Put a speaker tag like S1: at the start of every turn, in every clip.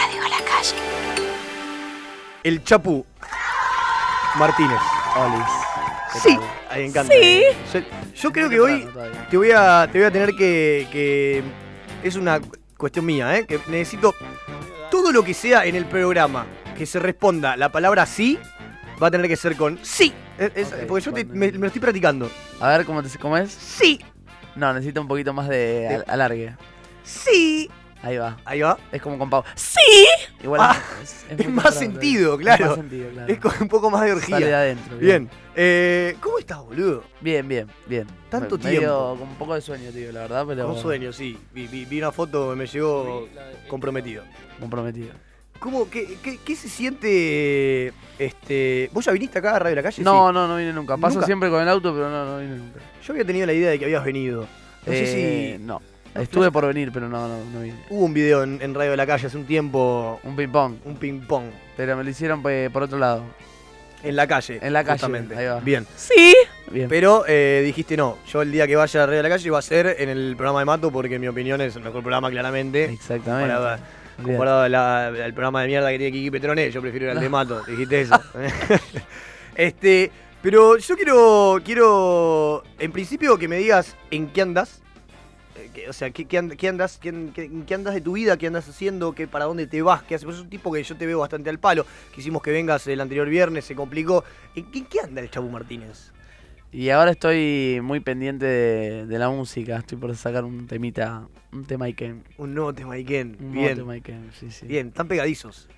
S1: Vázquez.
S2: El Chapu Martínez.
S3: Olis. ¿Qué
S2: Sí.
S3: tal? A mí me encanta.
S4: Sí.
S2: Yo, yo creo que hoy te voy a, te voy a tener que, que- Es una cuestión mía, ¿eh? Que necesito todo lo que sea en el programa que se responda la palabra sí, va a tener que ser con sí. Es- es-
S3: Ok,
S2: porque yo te-
S3: bueno.
S2: me, me lo estoy practicando.
S3: A ver, ¿cómo, te, ¿cómo es?
S2: Sí,
S3: No, necesito un poquito más de al- alargue.
S2: sí.
S3: Ahí va.
S2: Ahí va.
S3: Es como con Pau.
S4: Sí.
S3: Igual
S2: Ah,
S3: es,
S2: es
S3: muy
S2: más
S3: raro,
S2: sentido,
S3: es
S2: claro.
S3: más sentido, claro.
S2: Es con un poco más de orgía.
S3: Sale de adentro.
S2: Bien. Eh, ¿Cómo estás, boludo?
S3: Bien, bien, bien.
S2: Tanto
S3: Me- medio
S2: tiempo.
S3: Con un poco de sueño, tío, la verdad, pero.
S2: Con sueño, sí. Vi, vi- vi una foto, me llegó comprometido.
S3: Comprometido.
S2: ¿Cómo, qué, qué- qué se siente? Este, ¿Vos ya viniste acá a Radio La Calle?
S3: No, no, no vine nunca. Paso
S2: ¿Nunca?
S3: siempre con el auto, pero no, no vine nunca.
S2: Sí. Yo había tenido la idea de que habías venido. No sé
S3: Eh,
S2: si
S3: No. Estuve por venir, pero no, no, no vine.
S2: hubo un video en, en Radio La Calle hace un tiempo,
S3: Un ping-pong.
S2: un ping-pong
S3: Pero me lo hicieron pe- por otro lado.
S2: en la calle.
S3: En la calle,
S2: justamente.
S3: ahí va.
S2: Bien.
S4: Sí.
S3: Bien.
S2: Pero eh, dijiste no, yo el día que vaya a Radio La Calle va a ser en el programa de Mato porque mi opinión es el mejor programa claramente.
S3: Exactamente.
S2: Comparado,
S3: Olvidate.
S2: comparado a la- al programa de mierda que tiene Kiki Petroné, yo prefiero ir al de Mato, dijiste eso. este, pero yo quiero, quiero, en principio que me digas en qué andas. eh, que- O sea, ¿qué, qué and- qué andas, qué, en- qué- en qué andas de tu vida? ¿Qué andas haciendo? ¿Qué, ¿Para dónde te vas? ¿Qué haces? Vos sos un tipo que yo te veo bastante al palo. Quisimos que vengas el anterior viernes, se complicó. ¿En qué, en qué anda el Chabu Martínez?
S3: Y ahora estoy muy pendiente de, de la música. Estoy por sacar un temita, un tema Iken.
S2: Un nuevo tema, Iken.
S3: Un nuevo
S2: Bien,
S3: tema Iken, sí, sí.
S2: bien, están pegadizos.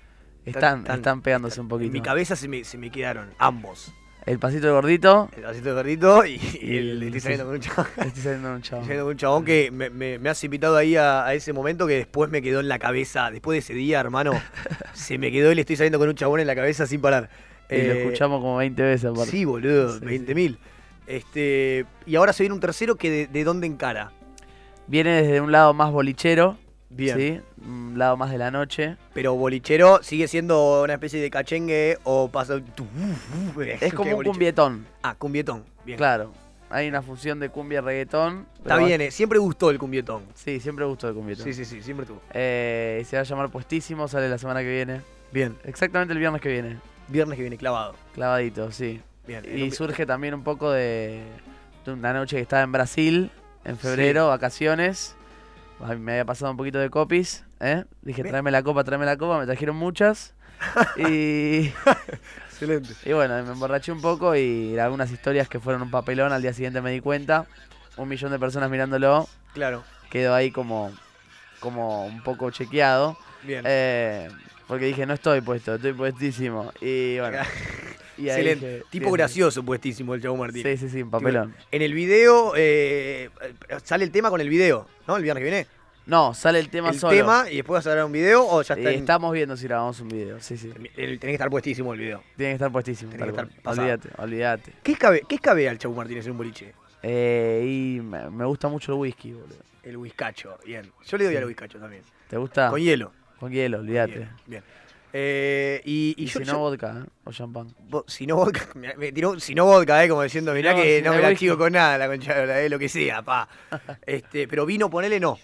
S3: Están,
S2: Están-
S3: están pegándose un poquito.
S2: En mi cabeza se me, se me quedaron ambos.
S3: El pasito de gordito.
S2: El vasito de gordito y, y el
S3: Y-
S2: estoy saliendo con un chabón.
S3: Estoy saliendo un chavo.
S2: Estoy saliendo con un chabón que me, me- me has invitado ahí a, a ese momento que después me quedó en la cabeza. Después de ese día, hermano, se me quedó el estoy saliendo con un chabón en la cabeza sin parar.
S3: Y lo
S2: Eh,
S3: escuchamos como 20 veces aparte.
S2: Sí, boludo,
S3: Sí,
S2: 20.000. Este, y ahora se viene un tercero que de, de dónde encara.
S3: Viene desde un lado más bolichero.
S2: Bien.
S3: ¿sí? Un lado más de la noche.
S2: Pero bolichero sigue siendo una especie de cachengue o pasa. tu- uh, uf, uf,
S3: Es como un
S2: boliche.
S3: cumbietón.
S2: Ah, cumbietón. Bien.
S3: Claro. Hay una fusión de cumbia y reggaetón.
S2: Está
S3: pero-
S2: bien, eh, siempre gustó el cumbietón.
S3: Sí, siempre gusto de cumbietón.
S2: Sí, sí, sí, siempre tuvo.
S3: Eh, y se va a llamar Puestísimo, sale la semana que viene.
S2: Bien,
S3: Exactamente el viernes que viene.
S2: viernes que viene clavado.
S3: Clavadito, sí.
S2: Bien. en
S3: Y
S2: un-
S3: surge también un poco de, de una noche que estaba en Brasil, en febrero, vacaciones. Ay, Me había pasado un poquito de copies, ¿eh? Dije,
S2: Me-
S3: tráeme la copa, tráeme la copa, me trajeron muchas. y,
S2: Excelente.
S3: y bueno, me emborraché un poco y algunas historias que fueron un papelón, al día siguiente me di cuenta. Un millón de personas mirándolo,
S2: Claro,
S3: quedó ahí como, como un poco chequeado.
S2: bien.
S3: Eh, porque dije, no estoy puesto, estoy puestísimo. Y bueno. y ahí
S2: Excelente.
S3: dije,
S2: tipo
S3: bien.
S2: gracioso, puestísimo, el Chavo Martínez.
S3: Sí, sí, sí, un papelón.
S2: En el video, eh, sale el tema con el video, ¿no? El viernes que viene.
S3: No, sale el tema
S2: el
S3: solo.
S2: tema y después vas a grabar un video o ya
S3: Y
S2: está. en-
S3: estamos viendo si grabamos un video. Sí, sí.
S2: el- Tenés que estar puestísimo el video.
S3: Tiene que estar puestísimo.
S2: Tiene que
S3: tal
S2: estar
S3: cual.
S2: pasado.
S3: Olvídate, olvídate.
S2: ¿Qué cabe, qué cabe al Chavo Martínez en un boliche?
S3: Eh, y me me gusta mucho el whisky, boludo.
S2: El whiskacho, bien. Yo le doy al whiskacho también.
S3: ¿Te gusta?
S2: Con hielo.
S3: Con hielo, olvídate.
S2: Bien. bien. Eh, y, y
S3: Y,
S2: yo,
S3: si
S2: yo-
S3: no, vodka, ¿eh? O champán.
S2: vo- si no vodka, me, me tiró si no vodka, eh, como diciendo, mirá
S3: No,
S2: que
S3: si
S2: no
S3: no
S2: me la
S3: whisky.
S2: chico con nada, la concha, de la- eh, lo que sea, pa. Este, pero vino, ponele no.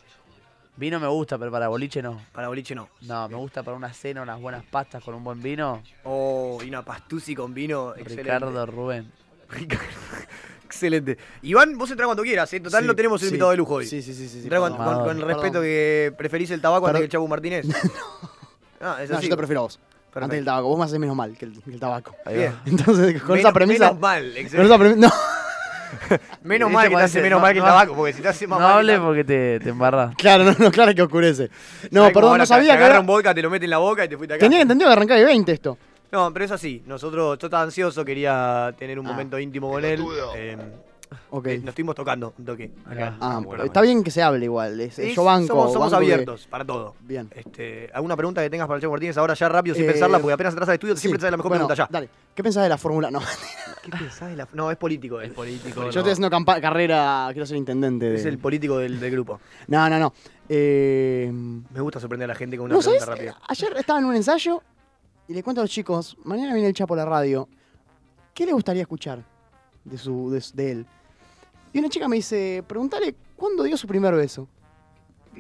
S3: Vino me gusta, pero para boliche no.
S2: Para boliche no.
S3: No, me gusta para una cena, unas buenas pastas con un buen vino.
S2: Oh, y una pastusi con vino. excelente.
S3: Ricardo Rubén.
S2: Ricardo. Excelente. Iván, vos entrás cuando quieras, ¿eh? Total,
S5: Sí,
S2: no tenemos
S5: sí.
S2: invitado de lujo hoy.
S5: Sí, sí, sí. sí, sí,
S2: Entrá con,
S5: perdón.
S2: con- con el
S5: Perdón.
S2: respeto que preferís el tabaco antes
S5: Perdón.
S2: que el Chabu Martínez. Ah, es
S5: No,
S2: así.
S5: yo te prefiero a vos.
S2: Perfecto.
S5: Antes del tabaco. Vos me haces menos mal que el, que el tabaco.
S3: Ahí
S2: Bien.
S3: va.
S5: Entonces, con
S2: Menos-
S5: esa premisa.
S2: Menos mal,
S5: con
S2: excelente.
S5: esa premisa. No.
S2: Menos
S3: De
S2: mal
S3: hecho,
S2: que te hace
S3: parece-
S2: menos
S3: no-
S2: mal que el
S3: no-
S2: tabaco, porque si te hace más
S3: No
S2: mal. que el
S3: hables
S2: tabaco-
S3: porque te, te embarras.
S5: Claro, no, no, claro que oscurece. No,
S2: ¿Sabés cómo
S5: perdón,
S2: ahora
S5: no
S2: te-
S5: sabía
S2: te
S5: que
S2: agarra
S5: era-
S2: un vodka, te lo mete en la boca y te fuiste acá.
S5: Tenía entendido que arrancaba de 20 esto.
S2: No, pero es así. Nosotros, yo estaba ansioso, quería tener un
S5: Ah.
S2: momento íntimo con él. eh,
S5: Ok.
S2: Nos estuvimos tocando un toque. Acá.
S5: Ah,
S1: bueno,
S5: está bien que se hable igual. es-
S2: Sí,
S5: yo banco.
S2: Somos, somos
S5: banco que-
S2: abiertos para todo.
S5: Bien.
S2: Este, ¿Alguna pregunta que tengas para el Chavo Martínez ahora ya rápido, sin
S5: Eh,
S2: pensarla? Porque apenas entras al estudio,
S5: Sí,
S2: siempre te sale la mejor
S5: bueno,
S2: pregunta ya.
S5: Dale. ¿Qué pensás de la Fórmula? No,
S2: ¿Qué pensás de la.? No, es político. Es político.
S5: yo estoy haciendo campa- carrera, quiero ser intendente. de-
S2: Es el político del, del grupo.
S5: No, no, no. Eh,
S2: Me gusta sorprender a la gente con una
S5: ¿No
S2: pregunta
S5: sabes?
S2: rápida.
S5: Ayer estaba en un ensayo y le cuento a los chicos, mañana viene el Chapo a la radio. ¿Qué le gustaría escuchar de, su, de, su- de él? Y una chica me dice, pregúntale cuándo dio su primer beso.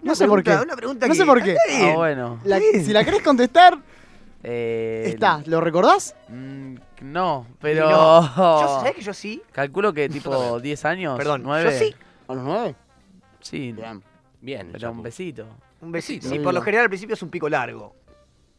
S5: No sé por qué.
S2: pregunta- Una pregunta
S5: No
S2: que-
S5: sé por qué.
S2: está
S3: Ah,
S2: bien.
S3: bueno.
S5: La-
S2: Sí.
S5: si la querés contestar,
S3: Eh,
S5: está. ¿Lo recordás?
S3: mm, no, pero.
S2: Yo sé que yo sí.
S3: Calculo que tipo 10 años.
S2: Perdón, yo
S3: 9.
S2: sí.
S5: ¿A los nueve?
S3: Sí,
S5: Bien.
S1: Bien.
S3: pero
S1: ya
S3: un
S1: fue.
S3: besito.
S2: Un besito.
S5: Sí.
S2: Sí, por lo general al principio es un pico largo.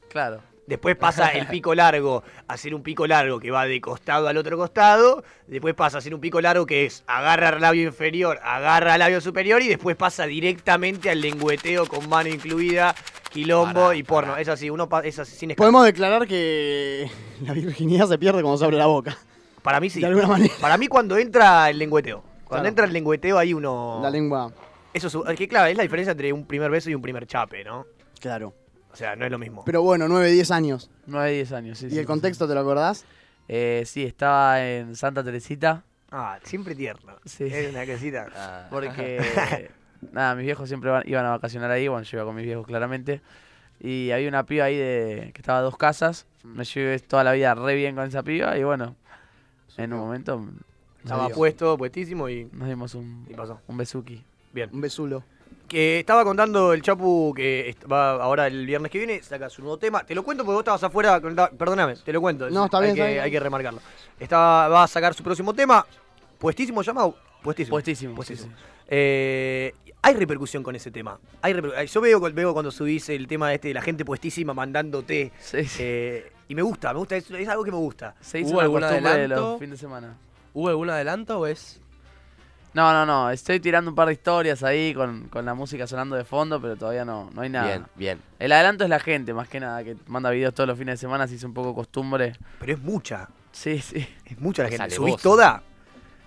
S3: Claro.
S2: Después pasa el pico largo a ser un pico largo que va de costado al otro costado. Después pasa a ser un pico largo que es agarra el labio inferior, agarra el labio superior y después pasa directamente al lengüeteo con mano incluida, quilombo
S1: Pará,
S2: y porno.
S1: pará.
S2: Es así, uno pa- es así, sin escape.
S5: Podemos declarar que la virginidad se pierde cuando se abre la boca.
S2: Para mí sí.
S5: De alguna manera.
S2: Para mí cuando entra el lengüeteo. Cuando
S5: Claro.
S2: entra el lengüeteo ahí uno...
S5: La lengua.
S2: Eso es, un- es que claro, es la diferencia entre un primer beso y un primer chape, ¿no?
S5: Claro.
S2: O sea, no es lo mismo.
S5: Pero bueno, 9, 10 años.
S3: 9, 10 años, sí.
S5: ¿Y
S3: sí,
S5: el
S3: sí.
S5: contexto te lo acordás?
S3: Eh, sí, estaba en Santa Teresita.
S2: Ah, siempre tierno.
S3: Sí.
S2: Es una cosita.
S1: Ah,
S3: Porque. nada, mis viejos siempre van- iban a vacacionar ahí. Bueno, yo iba con mis viejos, claramente. Y había una piba ahí de, que estaba a dos casas. Me llevé toda la vida re bien con esa piba. Y bueno, en un momento nos
S2: Estaba
S3: dimos-
S2: puesto, puestísimo y,
S3: nos dimos un,
S2: y pasó.
S3: un besuki.
S2: Bien.
S5: Un besulo.
S2: Que estaba contando el Chapu que est- va ahora el viernes que viene, saca su nuevo tema. Te lo cuento porque vos estabas afuera. con la- Perdóname, te lo cuento.
S5: No, está
S2: hay
S5: bien,
S2: Que,
S5: está bien.
S2: Hay que remarcarlo. Estaba, va a sacar su próximo tema. Puestísimo llamado. Puestísimo.
S3: Puestísimo. sí,
S2: Puestísimo.
S3: sí.
S2: Eh, hay repercusión con ese tema. Hay reper- Yo veo, veo cuando subís el tema este de la gente puestísima mandándote.
S3: Sí, sí.
S2: eh, y me gusta, me gusta, es, es algo que me gusta.
S3: Se hizo
S1: ¿Hubo
S3: una
S1: algún
S3: costumbre de los
S1: adelanto?
S3: fines de semana.
S1: ¿Hubo algún adelanto o es.?
S3: No, no, no. Estoy tirando un par de historias ahí con, con la música sonando de fondo, pero todavía no, no hay nada.
S1: Bien, bien.
S3: El adelanto es la gente, más que nada, que manda videos todos los fines de semana, se hizo un poco costumbre.
S2: Pero es mucha,
S3: Sí, sí.
S2: es mucha la
S1: Es
S2: gente.
S1: alevosa.
S2: ¿Subís toda?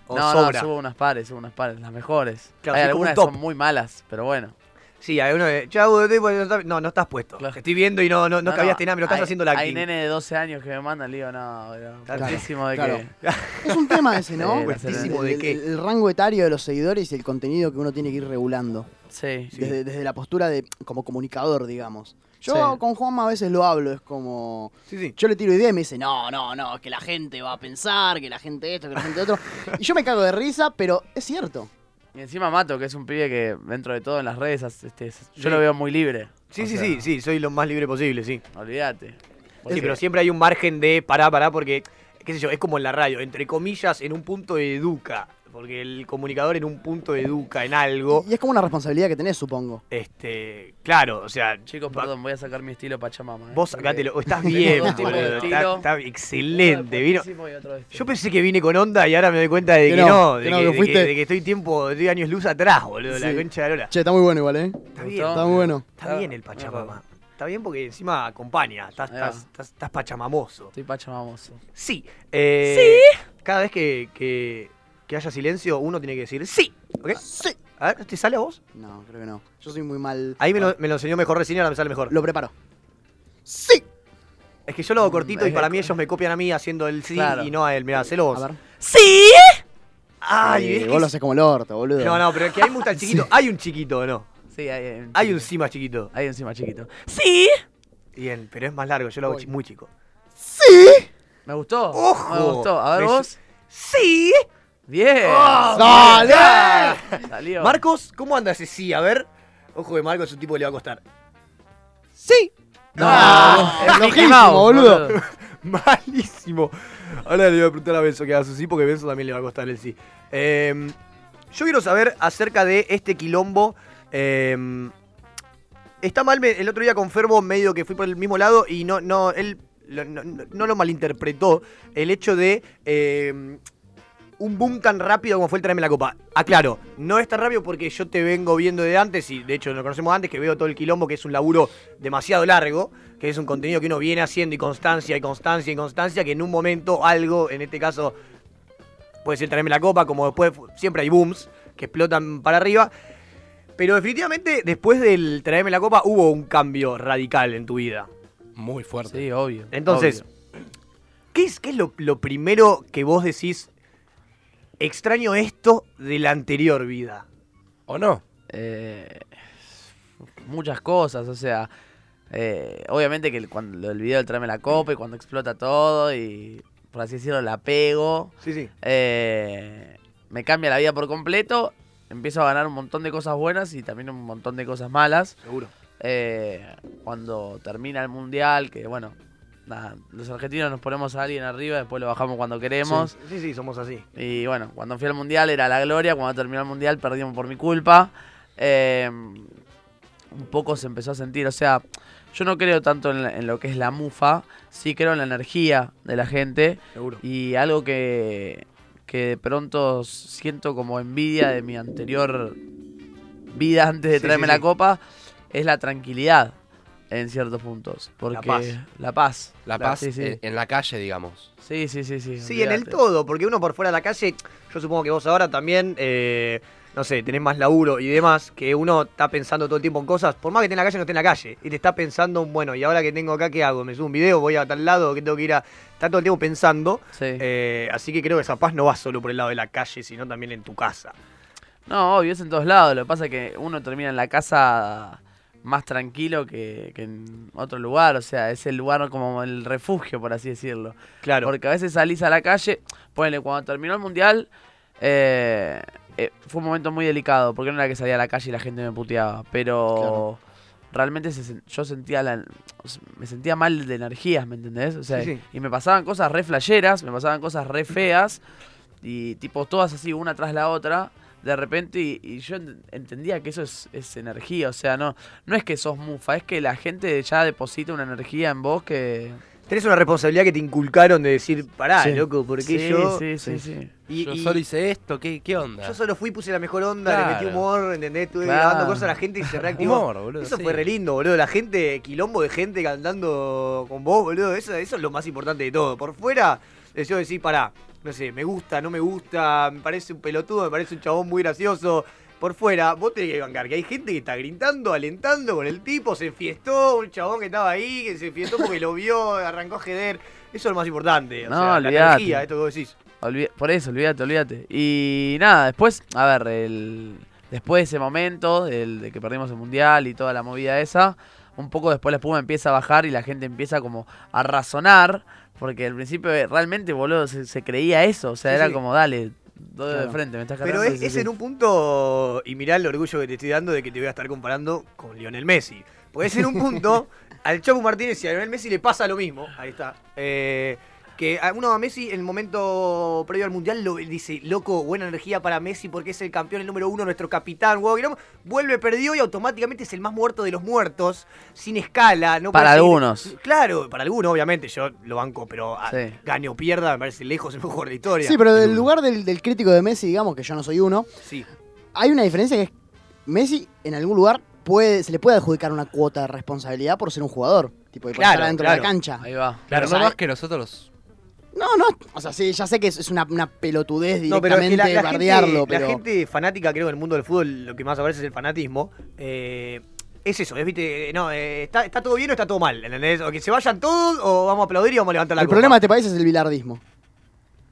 S2: ¿O
S3: no,
S2: sobra?
S3: no, subo unas pares, subo unas pares, las mejores.
S2: Claro,
S3: hay
S2: sí, como un
S3: algunas que son
S2: top.
S3: muy malas, pero bueno.
S2: Sí, hay uno de. Chau, de- de- de- no, no estás puesto.
S3: Claro.
S2: Te estoy viendo y no, no, no, cabiaste nada, me lo estás
S3: hay-
S2: haciendo la
S3: Hay nene de 12 años que me mandan, le digo, no, pero
S2: Claro,
S3: putísimo de
S5: claro.
S3: que...
S5: Es un tema ese,
S3: Sí,
S5: ¿no?
S3: la
S2: Puestísimo, ¿de
S5: El-
S2: qué?
S5: El, el rango etario de los seguidores y el contenido que uno tiene que ir regulando.
S3: Sí,
S2: Sí.
S5: Desde, desde la postura de como comunicador, digamos. Yo
S3: Sí.
S5: con Juanma a veces lo hablo, es como.
S2: Sí, sí.
S5: Yo le tiro idea y me dice, no, no, no, que la gente va a pensar, que la gente esto, que la gente otro. Y yo me cago de risa, pero es cierto.
S3: Y encima Mato, que es un pibe que dentro de todo en las redes, este, yo
S2: Sí.
S3: lo veo muy libre.
S2: Sí,
S3: O
S2: sí,
S3: sea,
S2: sí, sí, soy lo más libre posible, sí.
S3: Olvídate.
S2: Sí,
S3: Porque-
S2: pero siempre hay un margen de pará, pará, porque, qué sé yo, es como en la radio, entre comillas, en un punto educa. Porque el comunicador en un punto educa en algo.
S5: Y es como una responsabilidad que tenés, supongo.
S2: Este, claro, o sea.
S3: Chicos,
S2: va-
S3: perdón, voy a sacar mi estilo Pachamama. ¿eh?
S2: Vos
S3: Porque
S2: sacátelo. Oh, Estás
S3: tengo
S2: bien,
S3: dos tipos de
S2: boludo. Está,
S3: estilo.
S2: está
S3: uno
S2: excelente.
S3: de
S2: Vino.
S3: puestísimo y otro de estilo.
S2: Yo pensé que vine con onda y ahora me doy cuenta de
S5: Que
S2: que,
S5: no,
S2: no,
S5: que
S2: de,
S5: no,
S2: que,
S5: que
S2: de que-
S5: fuiste-
S2: de que estoy tiempo, estoy años luz atrás, boludo, la
S5: Sí.
S2: concha de la lora.
S5: Che, está muy bueno igual, ¿eh?
S2: Está
S3: ¿Te
S2: bien.
S3: gustó?
S5: Está muy bueno.
S2: Está bien el Pachamama. Está bien porque encima acompaña, estás,
S3: Ahí va.
S2: estás- estás- estás pachamamoso.
S3: Estoy pachamamoso.
S2: Sí. sí. Cada vez que, que- que haya silencio, uno tiene que decir sí. ¿ok?
S5: Sí.
S2: A ver, ¿te sale a vos?
S5: No, creo que no. Yo soy muy mal.
S2: Ahí me lo, me lo enseñó mejor recién y ahora me sale mejor.
S5: Lo preparo. Sí.
S2: Es que yo lo hago
S3: Mm,
S2: cortito y
S3: es
S2: para
S3: que-
S2: mí ellos me copian a mí haciendo el sí
S3: Claro.
S2: y no a él. Mirá, hacelo
S5: A
S2: vos.
S5: ver.
S3: ¡Sí!
S2: Ay,
S5: Eh,
S2: es que
S5: vos lo
S2: es-
S5: haces como el orto, boludo.
S2: No, no, pero es que hay gusta el chiquito. Hay un chiquito, ¿no?
S3: Sí, hay un
S2: Hay un
S3: chiquito.
S2: sí más chiquito.
S3: Hay encima chiquito. ¡Sí!
S2: Bien, pero es más largo, yo lo hago
S5: Voy.
S2: chi- muy chico.
S3: ¿Me gustó?
S2: ¡Ojo!
S3: Me gustó. A ver
S2: Me ¡Oh!
S3: vos.
S2: ¡Sí!
S3: ¡Bien!
S5: ¡Dale!
S3: Salió.
S2: Marcos, ¿cómo anda ese sí? A ver. Ojo que Marcos es un tipo que le va a costar.
S5: Sí.
S3: No,
S5: Ah,
S3: es Mickey
S5: flojísimo,
S3: Mouse,
S5: boludo.
S2: Malísimo. Ahora le voy a preguntar a Benzo que haga su sí, porque Benzo también le va a costar el sí. Eh, yo quiero saber acerca de este quilombo. eh, está mal, me- el otro día con Ferbo medio que fui por el mismo lado y no, no, él lo- no, no- no lo malinterpretó el hecho de... eh, un boom tan rápido como fue el Tráeme la Copa. Aclaro, no es tan rápido porque yo te vengo viendo de antes y de hecho lo conocemos antes, que veo todo el quilombo, que es un laburo demasiado largo, que es un contenido que uno viene haciendo y constancia y constancia y constancia, que en un momento algo, en este caso puede ser Tráeme la Copa, como después fu- siempre hay booms que explotan para arriba. Pero definitivamente después del Tráeme la Copa hubo un cambio radical en tu vida.
S1: Muy fuerte.
S3: Sí, obvio.
S2: Entonces,
S3: obvio.
S2: ¿qué es, qué es lo, lo primero que vos decís? Extraño esto de la anterior vida.
S1: ¿O no?
S3: Eh, muchas cosas, o sea. eh, obviamente que el- cuando lo del video del tráeme la copa y cuando explota todo y por así decirlo la pego.
S2: Sí, sí.
S3: eh, me cambia la vida por completo empiezo a ganar un montón de cosas buenas y también un montón de cosas malas.
S2: Seguro.
S3: Eh, cuando termina el mundial, que bueno, nada, los argentinos nos ponemos a alguien arriba, después lo bajamos cuando queremos.
S2: Sí, sí, somos así.
S3: Y bueno, cuando fui al mundial era la gloria, cuando terminó el mundial perdimos por mi culpa. Eh, un poco se empezó a sentir, o sea, yo no creo tanto en, la- en lo que es la mufa, sí creo en la energía de la gente
S2: Seguro.
S3: y algo que, que de pronto siento como envidia de mi anterior vida antes de
S2: Sí,
S3: traerme
S2: sí,
S3: la
S2: sí.
S3: copa es la tranquilidad en ciertos puntos, porque
S2: paz. eh,
S3: la paz.
S1: La paz
S3: sí, sí.
S1: En, en la calle, digamos.
S3: Sí, sí, sí, sí.
S2: Sí, en el
S3: olvídate.
S2: todo, porque uno por fuera de la calle, yo supongo que vos ahora también, eh, no sé, tenés más laburo y demás, que uno está pensando todo el tiempo en cosas, por más que esté en la calle, no esté en la calle, y te está pensando, bueno, y ahora que tengo acá, ¿qué hago? ¿Me subo un video? ¿Voy a tal lado? ¿Qué tengo que ir a...? Está todo el tiempo pensando,
S3: Sí.
S2: eh, así que creo que esa paz no va solo por el lado de la calle, sino también en tu casa.
S3: No, obvio, es en todos lados. Lo que pasa es que uno termina en la casa más tranquilo que, que en otro lugar. O sea, es el lugar como el refugio, por así decirlo.
S2: Claro.
S3: Porque a veces salís a la calle. Ponele, cuando terminó el mundial, eh, eh, fue un momento muy delicado. Porque no era que salía a la calle y la gente me puteaba. Pero realmente se sen- yo sentía la. Me sentía mal de energías, ¿me entendés? O sea,
S2: Sí, sí.
S3: y me pasaban cosas re flasheras, me pasaban cosas re feas. Y tipo, todas así, una tras la otra. De repente, y, y yo ent- entendía que eso es, es energía, o sea, no, no es que sos mufa, es que la gente ya deposita una energía en vos que...
S2: Tenés una responsabilidad que te inculcaron de decir, pará,
S5: Sí.
S2: loco, porque
S3: sí,
S2: yo...
S3: sí, sí, sí.
S2: Y-
S1: yo
S2: y-
S1: solo hice esto, ¿qué, qué onda?
S2: Yo solo fui, puse la mejor onda, le metí
S1: Claro.
S2: humor, ¿entendés? Estuve
S3: Claro.
S2: grabando cosas a la gente y se reactivó.
S1: Humor, boludo,
S2: eso
S1: sí.
S2: fue re lindo, boludo. La gente, quilombo de gente cantando con vos, boludo. Eso, eso es lo más importante de todo. Por fuera, eh, yo decís, pará, no sé, me gusta, no me gusta, me parece un pelotudo, me parece un chabón muy gracioso. Por fuera, vos tenés que bancar, que hay gente que está gritando, alentando con el tipo, se fiestó, un chabón que estaba ahí, que se fiestó porque lo vio, arrancó a jeder. Eso es lo más importante. O
S3: No,
S2: sea, la
S3: olvidate.
S2: energía, esto que vos decís.
S3: Olvi- por eso, olvídate, olvídate. Y nada, después, a ver, el, después de ese momento, del, de que perdimos el mundial y toda la movida esa, un poco después la espuma empieza a bajar y la gente empieza como a razonar, porque al principio eh, realmente, boludo, se, se creía eso, o sea,
S2: Sí,
S3: era
S2: sí.
S3: como, dale, doy de
S5: Claro.
S3: frente, me estás
S2: Pero
S3: cargando,
S2: es,
S3: sí,
S2: es
S3: sí.
S2: en un punto, y mirá el orgullo que te estoy dando de que te voy a estar comparando con Lionel Messi. Porque es en un punto, al Chapo Martínez y a Lionel Messi le pasa lo mismo, ahí está. eh, que a uno a Messi en el momento previo al Mundial lo, dice, loco, buena energía para Messi porque es el campeón, el número uno, nuestro capitán, huevo, que no", vuelve, perdió y automáticamente es el más muerto de los muertos, sin escala. No
S3: Para
S2: puede seguir-
S3: algunos.
S2: Claro, para algunos, obviamente, yo lo banco, pero a-
S3: Sí.
S2: gane o pierda, me parece lejos el mejor de la historia.
S5: Sí, pero del lugar del, del crítico de Messi, digamos que yo no soy uno,
S2: Sí.
S5: hay una diferencia que es Messi en algún lugar puede, se le puede adjudicar una cuota de responsabilidad por ser un jugador, tipo de
S2: Claro,
S5: estar adentro de la
S2: claro.
S5: cancha.
S3: Ahí va.
S1: Claro,
S5: o
S1: no
S5: sea,
S1: más que nosotros.
S5: No, no, o sea, sí, ya sé que es, es una, una pelotudez
S2: No, pero es
S5: directamente
S2: que la, la
S5: bardearlo,
S2: gente,
S5: pero
S2: la gente fanática, creo, en el mundo del fútbol, lo que más aparece es el fanatismo. Eh, es eso, es, viste, no, eh, está, está todo bien o está todo mal, ¿entendés? O que se vayan todos o vamos a aplaudir y vamos a levantar la
S5: el
S2: copa.
S5: problema de este país es el bilardismo.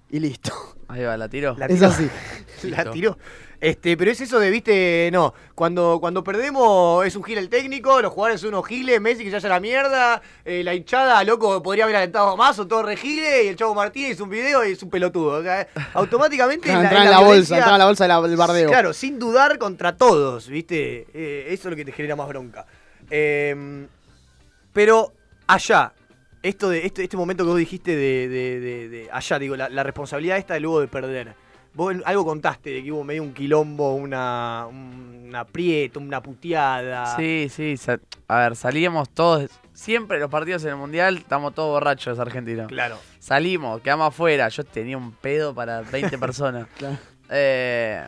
S5: Y listo.
S3: Ahí va, la tiró.
S2: La
S5: es
S2: tiró.
S5: así.
S2: La tiró. Este, pero es eso de, viste, no, cuando, cuando perdemos es un gil el técnico, los jugadores son unos giles, Messi que se haya la mierda, eh, la hinchada, loco, podría haber alentado más o todo regile, y el Chavo Martínez un video y es un pelotudo. O sea, eh, automáticamente
S5: Entra
S2: la-
S5: en la bolsa,
S2: violencia-
S5: entra en la bolsa de la- del bardeo.
S2: Claro, sin dudar contra todos, ¿viste? Eh, eso es lo que te genera más bronca. Eh, pero allá, esto de, este, este momento que vos dijiste de, de- de- de allá, digo, la, la responsabilidad esta de luego de perder. Vos en- algo contaste de que hubo medio un quilombo, una, un aprieto, una puteada.
S3: Sí, sí, sa- a ver, salíamos todos, siempre los partidos en el mundial estamos todos borrachos argentinos.
S2: Claro.
S3: Salimos, quedamos afuera. Yo tenía un pedo para 20 personas.
S5: Claro.
S3: Eh,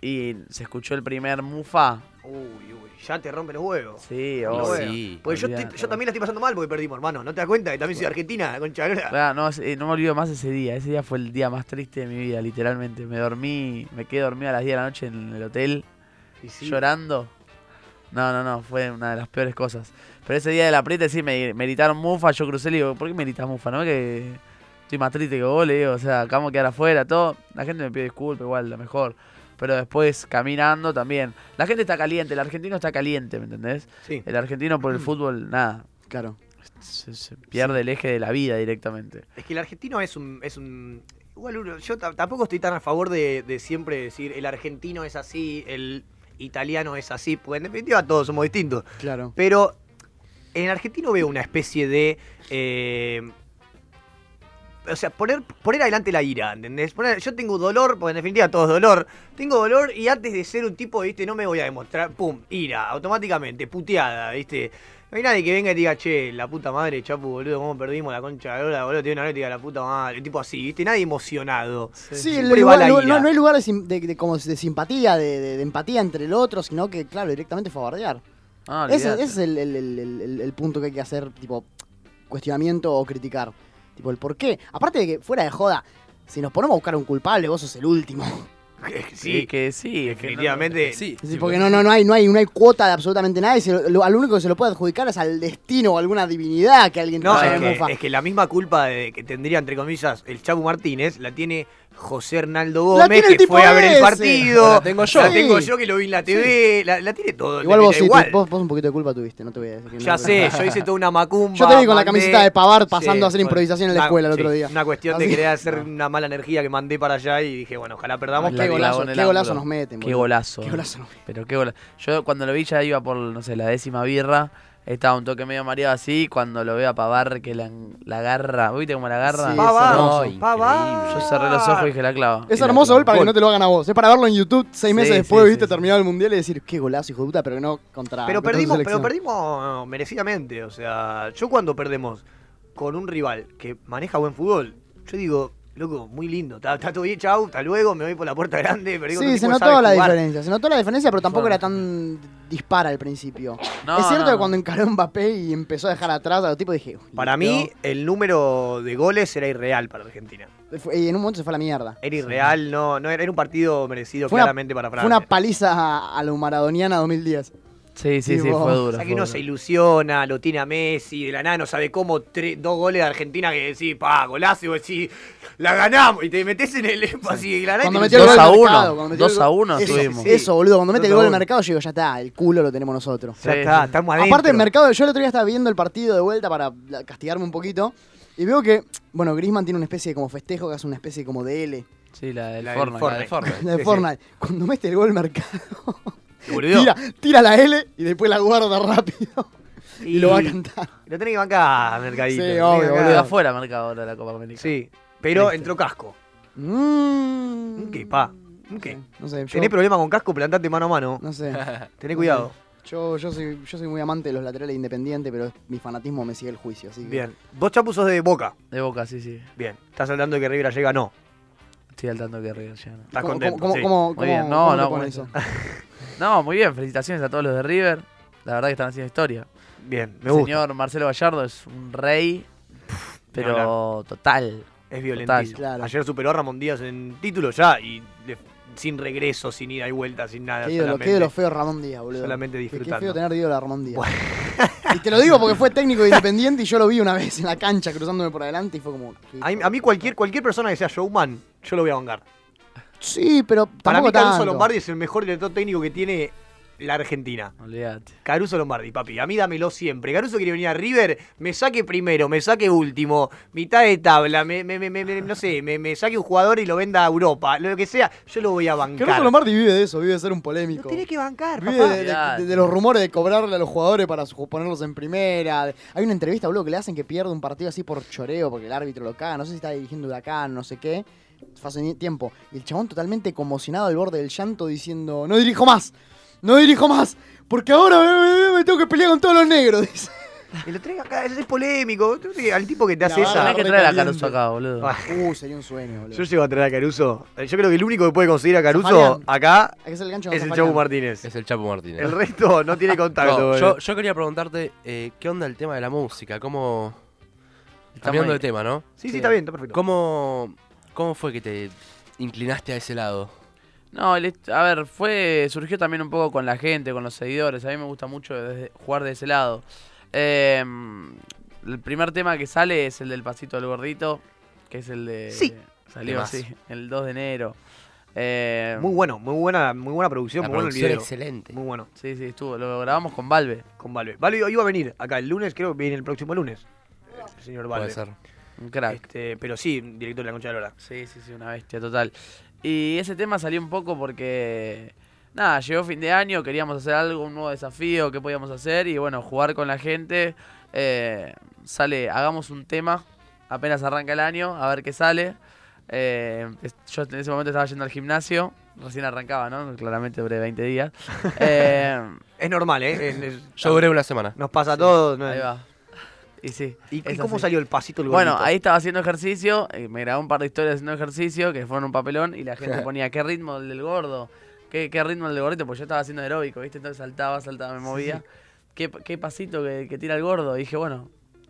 S3: y se escuchó el primer mufa.
S2: Uy, uy, ya te rompen los huevos.
S3: Sí,
S2: Los
S1: Oh,
S3: obvio.
S2: huevos.
S1: sí.
S2: Porque yo, te-
S3: Olvidate.
S2: yo también la estoy pasando mal porque perdimos, hermano. ¿No te das cuenta que también soy de Argentina, concha lora?
S3: Ah, no, es- eh, no me olvido más ese día. Ese día fue el día más triste de mi vida, literalmente. Me dormí, me quedé dormido a las 10 de la noche en el hotel,
S2: Y sí.
S3: llorando. No, no, no, fue una de las peores cosas. Pero ese día de la prieta sí me, me gritaron mufa, yo crucé y le digo, ¿por qué me gritas mufa? No, que estoy más triste que vos, le digo, o sea, acabamos de quedar afuera, todo. La gente me pide disculpas, igual, lo mejor. Pero después, caminando también. La gente está caliente, el argentino está caliente, ¿me entendés?
S2: Sí.
S3: El argentino por el fútbol, nada,
S5: Claro.
S3: se, se pierde el eje de la vida directamente.
S2: Es que el argentino es un, es un Igual uno, yo ta- tampoco estoy tan a favor de, de siempre decir el argentino es así, el italiano es así, porque en definitiva todos somos distintos.
S5: Claro.
S2: Pero en el argentino veo una especie de. eh, o sea, poner, poner adelante la ira, ¿entendés? Poner- yo tengo dolor, porque en definitiva todo es dolor. Tengo dolor y antes de ser un tipo, ¿viste? No me voy a demostrar. ¡Pum! Ira, automáticamente, puteada, ¿viste? No hay nadie que venga y diga, che, la puta madre, chapu, boludo, cómo perdimos la concha de la lora, boludo, tiene una hora y te diga la puta madre, tipo así, ¿viste? Nadie emocionado.
S5: Sí, el
S2: Siempre va
S5: lugar-
S2: la
S5: lu-
S2: ira.
S5: no, no hay lugar de, sim- de- de como de simpatía, de, de- de empatía entre el otro, sino que, claro, directamente fue a bardear.
S3: Ah,
S5: ese,
S3: olvidate.
S5: ese es el, el- el- el- el- el punto que hay que hacer, tipo, cuestionamiento o criticar. Tipo, el por qué. Aparte de que, fuera de joda, si nos ponemos a buscar un culpable, vos sos el último.
S3: Sí,
S2: Sí,
S3: que sí. es que no-
S2: definitivamente.
S1: Sí,
S5: Sí, porque no, no, no hay, no hay, no hay cuota de absolutamente nada. y se lo- lo- al único que se lo puede adjudicar es al destino o alguna divinidad que alguien
S2: No,
S5: trae de
S2: es
S5: mufa.
S2: que, es que la misma culpa de, que tendría, entre comillas, el Chabu Martínez, la tiene José Hernaldo
S5: La
S2: Gómez,
S5: tiene el
S2: que
S5: tipo
S2: fue a ver el
S5: ese.
S2: partido.
S1: La tengo yo.
S2: La
S5: Sí.
S2: tengo yo que lo vi en la TV. La, la tiene todo.
S5: igual
S2: le
S5: vos
S2: da
S5: sí,
S2: igual.
S5: tu- vos, vos un poquito de culpa tuviste, no te voy a decir. que no,
S2: Ya
S5: pero-
S2: sé, yo hice toda una macumba.
S5: Yo te vi con la
S2: mandé-
S5: camiseta de Pavar pasando
S2: Sí,
S5: a hacer
S2: bueno,
S5: improvisación en la
S2: una-
S5: escuela el otro
S2: sí,
S5: día.
S2: Una cuestión de
S5: Así-
S2: querer hacer una mala energía que mandé para allá y dije, bueno, ojalá perdamos.
S3: La
S5: Qué
S2: pero-
S3: clavó
S5: golazo,
S3: en el
S5: qué golazo
S3: ángulo.
S5: nos meten,
S3: Qué
S5: boludo.
S3: golazo.
S5: Qué
S3: eh.
S5: golazo nos meten.
S3: Pero qué bola. Yo cuando lo vi ya iba por, no sé, la décima birra. Estaba un toque medio mareado así. Cuando lo veo a Pavar que la, la agarra. ¿Viste cómo la agarra?
S5: Sí,
S2: Pavar,
S5: hermoso.
S1: increíble.
S2: Pavar.
S3: Yo cerré los ojos y dije la clava.
S5: Es
S3: Y la
S5: hermoso
S3: clava.
S5: gol para que no te lo hagan a vos. Es para verlo en YouTube seis
S3: Sí,
S5: meses
S3: sí,
S5: después,
S3: sí,
S5: viste,
S3: sí.
S5: terminado el mundial y decir, qué golazo, hijo de puta, pero no contra.
S2: Pero
S5: contra tu
S2: perdimos, pero
S5: Ah, selección".
S2: perdimos merecidamente. O sea, yo cuando perdemos con un rival que maneja buen fútbol, yo digo, loco, muy lindo, está, está todo bien, chau, hasta luego, me voy por la puerta grande. Pero digo, este
S5: Sí, se
S2: tipo
S5: notó
S2: sabe
S5: la
S2: jugar.
S5: diferencia. Se notó la diferencia, pero tampoco era tan dispara al principio.
S3: No,
S5: es cierto
S3: no,
S5: que
S3: no.
S5: cuando encaró Mbappé y empezó a dejar atrás a los tipos, dije. "Uy,
S2: Para
S5: listo".
S2: mí, el número de goles era irreal para Argentina.
S5: Fue- Y en un momento se fue a la mierda.
S2: Era irreal, no, no era, era un partido merecido
S5: Fue una-
S2: claramente para
S5: Fue
S2: Francia.
S5: una paliza a, a lo maradoniana 2010.
S3: Sí, sí, sí,
S5: Tipo,
S3: fue
S2: O
S3: duro.
S2: sea,
S3: fue
S2: que uno
S3: duro.
S2: se ilusiona, lo tiene a Messi, de la nada no sabe cómo, tres- dos goles de Argentina que decís, pa, golazo, y vos decís, la ganamos, y te metes en el así, y de la nada y te
S5: Cuando
S2: ilusionás.
S5: metió el gol
S3: Dos a
S5: del
S3: uno.
S5: mercado, cuando metió el
S3: Dos a
S5: gol-
S3: uno
S5: eso,
S2: estuvimos.
S5: Eso, boludo. Cuando mete
S2: Dos
S5: el
S2: a
S5: gol del
S2: uno.
S5: mercado, yo digo, ya está, el culo lo tenemos nosotros.
S2: Ya
S3: Sí,
S2: está,
S3: sí.
S2: estamos adentro.
S5: Aparte el mercado, yo el otro día estaba viendo el partido de vuelta para la- castigarme un poquito. Y veo que, bueno, Grisman tiene una especie de como festejo, que hace una especie como de L
S3: Sí, la del
S2: La del
S3: Fortnite.
S1: La de Fortnite.
S5: de
S2: Sí,
S5: Fortnite. Cuando mete el gol mercado,
S2: Boludo.
S5: tira, tira la L y después la guarda rápido. Y, lo va a cantar.
S2: Lo tenés que bancar, Mercadito.
S5: Sí,
S2: lo tenés que
S5: obvio,
S2: bancar.
S5: boludo.
S3: Quedó afuera mercado ahora de la Copa América.
S2: Sí, pero
S3: Triste.
S2: entró casco.
S5: Mm.
S2: Ok, pa. Ok.
S5: No sé, yo, Mm.
S2: Tenés problema con casco, plantate mano a mano.
S5: no sé.
S2: Tenés cuidado.
S5: Yo, yo, soy, yo soy muy amante de los laterales independientes, pero mi fanatismo me sigue el juicio. Así que...
S2: Bien. Vos chapuzos de boca.
S3: De boca, sí, sí.
S2: Bien. Estás hablando de que River llega, no.
S3: Estoy al tanto que River ya no.
S2: Estás
S5: ¿Cómo-
S2: contento.
S5: cómo-
S2: sí.
S5: cómo-
S3: Muy
S5: cómo-
S3: bien, no,
S5: cómo te
S3: no,
S5: pones
S3: con
S5: eso?
S3: eso. No, muy bien, felicitaciones a todos los de River. La verdad que están haciendo historia.
S2: Bien, me
S3: El
S2: gusta.
S3: señor Marcelo Gallardo es un rey,
S2: ni
S3: pero total.
S2: Es violentísimo.
S5: Total, claro.
S2: Ayer superó a Ramón Díaz en título ya y le- sin regreso, sin ida y vuelta, sin nada.
S5: Qué ídolo,
S2: solamente-
S5: qué ídolo feo Ramón Díaz, boludo.
S2: Solamente
S5: Qué- Qué
S2: disfrutando.
S5: feo tener de ídolo a Ramón Díaz.
S2: Bueno.
S5: Y te lo digo porque fue técnico de independiente y yo lo vi una vez en la cancha cruzándome por adelante y fue como. qué
S2: A mí,
S5: hijo
S2: a
S5: de
S2: mí
S5: puta.
S2: cualquier, cualquier persona que sea showman, yo lo voy a bancar.
S5: Sí, pero
S2: Para
S5: tampoco
S2: mí Caruso
S5: tanto.
S2: Lombardi es el mejor director técnico que tiene la Argentina.
S3: Olvídate.
S2: Caruso Lombardi, papi, a mí dámelo siempre. Caruso quiere venir a River, me saque primero, me saque último, mitad de tabla, me, me- me- me- me- no sé, me, me saque un jugador y lo venda a Europa, lo que sea, yo lo voy a bancar.
S5: Caruso Lombardi vive de eso, vive de ser un
S2: Lo
S5: polémico.
S2: tenés que bancar,
S5: Vive
S2: papá.
S5: de, de-
S3: Olvidate.
S5: de los rumores de cobrarle a los jugadores para su- ponerlos en primera. Hay una entrevista, boludo, que le hacen que pierde un partido así por choreo porque el árbitro lo caga. No sé si está dirigiendo Huracán, no sé qué. Fue hace ni- tiempo. Y el chabón totalmente conmocionado al borde del llanto diciendo: No dirijo más, no dirijo más, porque ahora me, me- me tengo que pelear con todos los negros. Dice.
S2: Y lo tenés acá, es polémico. tú tenés- Al tipo que te
S5: La
S2: hace
S5: verdad
S2: esa.
S3: Tenés que
S5: re
S3: traer a
S5: caliente.
S3: Caruso acá, boludo.
S2: Ah,
S5: Uh, sería un sueño, boludo.
S2: Yo llego a traer a Caruso. Eh, Yo creo que el único que puede conseguir a Caruso
S5: Zafarian.
S2: acá
S5: Hay que hacer el gancho con
S2: es el
S5: Zafarian.
S2: Chabu Martínez.
S1: Es el Chapo Martínez.
S2: El resto no tiene contacto.
S1: No,
S2: boludo.
S1: yo, yo quería preguntarte, eh, ¿qué onda el tema de la música? ¿Cómo. Cambiando de
S3: ahí.
S1: tema, ¿no?
S2: Sí, sí, está bien, está perfecto.
S1: ¿Cómo, ¿Cómo fue que te inclinaste a ese lado?
S3: No, el est- a ver, fue surgió también un poco con la gente, con los seguidores. A mí me gusta mucho desde- jugar de ese lado. Eh, el primer tema que sale es el del pasito del gordito, que es el de
S2: Sí.
S3: salió
S1: Temazo.
S3: así, el 2 de enero. Eh,
S2: Muy bueno, muy buena, muy buena producción,
S1: La
S2: muy bueno el
S1: producción
S2: video.
S1: excelente.
S2: Muy bueno,
S3: Sí, sí, estuvo. Lo grabamos con Valve.
S2: con Valve. Valve iba a venir acá el lunes, creo que viene el próximo lunes. El señor Valve.
S1: Puede ser.
S3: Un crack.
S2: Este, pero sí, director de la Concha de la Lora.
S3: Sí, sí, sí, una bestia total. Y ese tema salió un poco porque, nada, llegó fin de año, queríamos hacer algo, un nuevo desafío, qué podíamos hacer y bueno, jugar con la gente. Eh, sale, hagamos un tema, apenas arranca el año, a ver qué sale. Eh, es- yo en ese momento estaba yendo al gimnasio, recién arrancaba, ¿no? Claramente duré 20 días. Eh,
S2: Es normal, ¿eh? Es- es-
S1: Yo duré una semana.
S2: nos pasa a todos. ¿no?
S3: ahí va. Y sí.
S2: ¿Y, y
S3: es
S2: cómo
S3: así.
S2: salió el pasito el
S3: Bueno,
S2: gordito?
S3: ahí estaba haciendo ejercicio, eh, me grabó un par de historias haciendo ejercicio que fueron un papelón y la gente
S5: Claro.
S3: ponía qué ritmo el del gordo, qué, qué ritmo el del gordito, porque yo estaba haciendo aeróbico, ¿viste? Entonces saltaba, saltaba, me movía. ¿Qué, pa- qué pasito que, que tira el gordo? Y dije, bueno,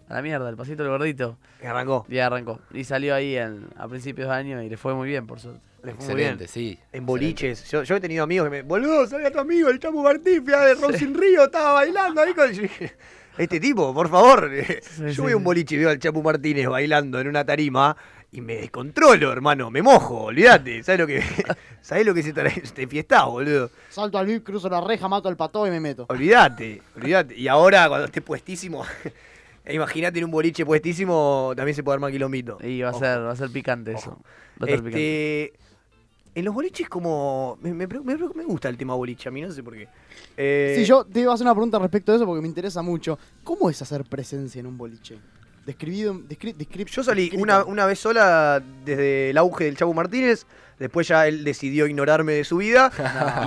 S3: a la mierda, el pasito del gordito.
S2: Arrancó.
S3: Y arrancó. Y salió ahí en- a principios de año y le fue muy bien, por suerte.
S2: Le fue muy bien.
S1: Excelente, sí.
S2: En boliches. Yo, yo he tenido amigos que me. Boludo, salga tu amigo, el Chamu Martifia de Rosin Río, estaba bailando ahí con. Yo dije, Este tipo, por favor.
S3: sí,
S2: yo voy a
S3: sí.
S2: un boliche y veo al Chapu Martínez bailando en una tarima y me descontrolo, hermano. Me mojo, olvídate. ¿Sabes lo que, ¿sabes lo que se tra- te fiesta, boludo?
S5: Salto al VIP, cruzo la reja, mato al pato y me meto.
S2: Olvídate, olvídate. Y ahora, cuando esté puestísimo. Imagínate en un boliche puestísimo, también se puede armar quilomito.
S3: Y va a
S2: Ojo.
S3: ser, va a ser picante eso.
S2: Ojo.
S3: Va a ser picante.
S2: Este, en los boliches como... Me, me pre- me pre- me gusta el tema boliche, a mí no sé por qué. Eh,
S5: Sí, yo te iba a hacer una pregunta respecto a eso porque me interesa mucho. ¿Cómo es hacer presencia en un boliche? Describido, descri- descri-
S2: yo salí
S5: descrito.
S2: una, una vez sola desde el auge del Chavo Martínez, después ya él decidió ignorarme de su vida,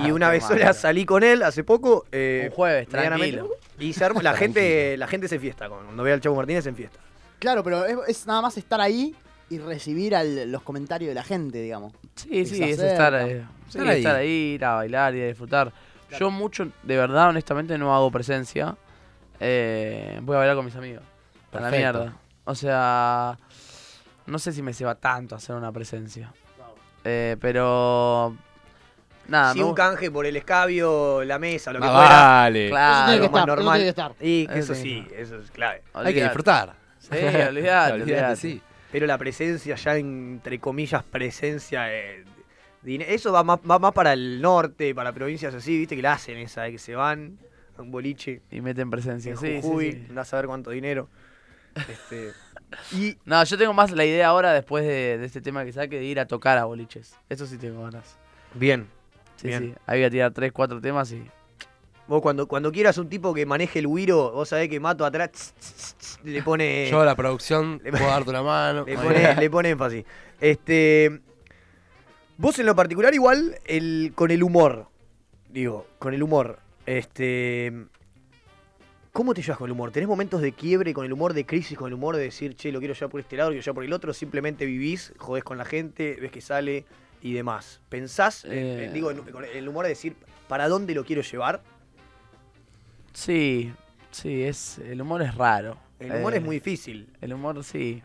S3: No,
S2: y una
S3: qué
S2: vez
S3: malo.
S2: sola salí con él hace poco. eh,
S3: Un jueves,
S2: medianamente-
S3: tranquilo.
S2: Y se armó- la, gente, la gente se enfiesta, con- cuando ve al Chavo Martínez se enfiesta.
S5: Claro, pero es, es nada más estar ahí y recibir al- los comentarios de la gente, digamos.
S3: Sí, sí,
S5: se
S3: es estar,
S5: acerca.
S3: eh, sí,
S1: Estar ahí.
S3: estar ahí, ir a bailar y a disfrutar. Yo mucho, de verdad, honestamente, no hago presencia. Eh, voy a bailar con mis amigos. A la
S1: Perfecto.
S3: mierda. O sea, no sé si me ceba tanto hacer una presencia. Eh, pero... Nada,
S2: Si
S3: Ah, me
S2: un
S3: gu-
S2: canje por el escabio, la mesa, lo que
S1: Más
S2: fuera.
S1: Ah, vale.
S5: Eso tiene
S3: Claro,
S5: que
S2: más
S5: estar, eso
S2: normal.
S5: tiene que estar.
S2: Y que eso
S3: Eso
S2: sí, eso es clave.
S1: Hay que
S3: olvidate.
S1: disfrutar.
S3: Sí, olvidate, olvidate.
S1: sí.
S2: Pero la presencia ya, entre comillas, presencia... eh, din- eso va más, va más para el norte, para provincias así, viste que la hacen esa, de que se van a un boliche
S3: Y meten presencia,
S2: en
S3: sí, sí,
S2: Jujuy,
S3: sí.
S2: andás a ver cuánto dinero. Este, y
S3: No, yo tengo más la idea ahora, después de, de este tema que saque, de ir a tocar a boliches. Eso sí tengo ganas.
S2: bien,
S3: Sí,
S2: Bien.
S3: sí. Ahí voy a tirar tres, cuatro temas y...
S2: vos cuando, cuando quieras un tipo que maneje el guiro, vos sabés que Mato atrás tss, tss, tss, le pone...
S1: Yo la producción
S2: Eh, le-
S1: puedo darte una mano.
S2: Le pone, le pone énfasis. Este. Vos en lo particular, igual, el, con el humor. Digo, con el humor. Este. ¿Cómo te llevas con el humor? ¿Tenés momentos de quiebre con el humor, de crisis con el humor, de decir, che, lo quiero llevar por este lado, lo quiero llevar por el otro? Simplemente vivís, jodés con la gente, ves que sale y demás. ¿Pensás, en- en-
S3: Eh.
S2: digo, en- con el humor de decir, ¿para dónde lo quiero llevar?
S3: Sí, sí, es, el humor es raro.
S2: El humor
S3: Eh,
S2: es muy difícil.
S3: El humor sí.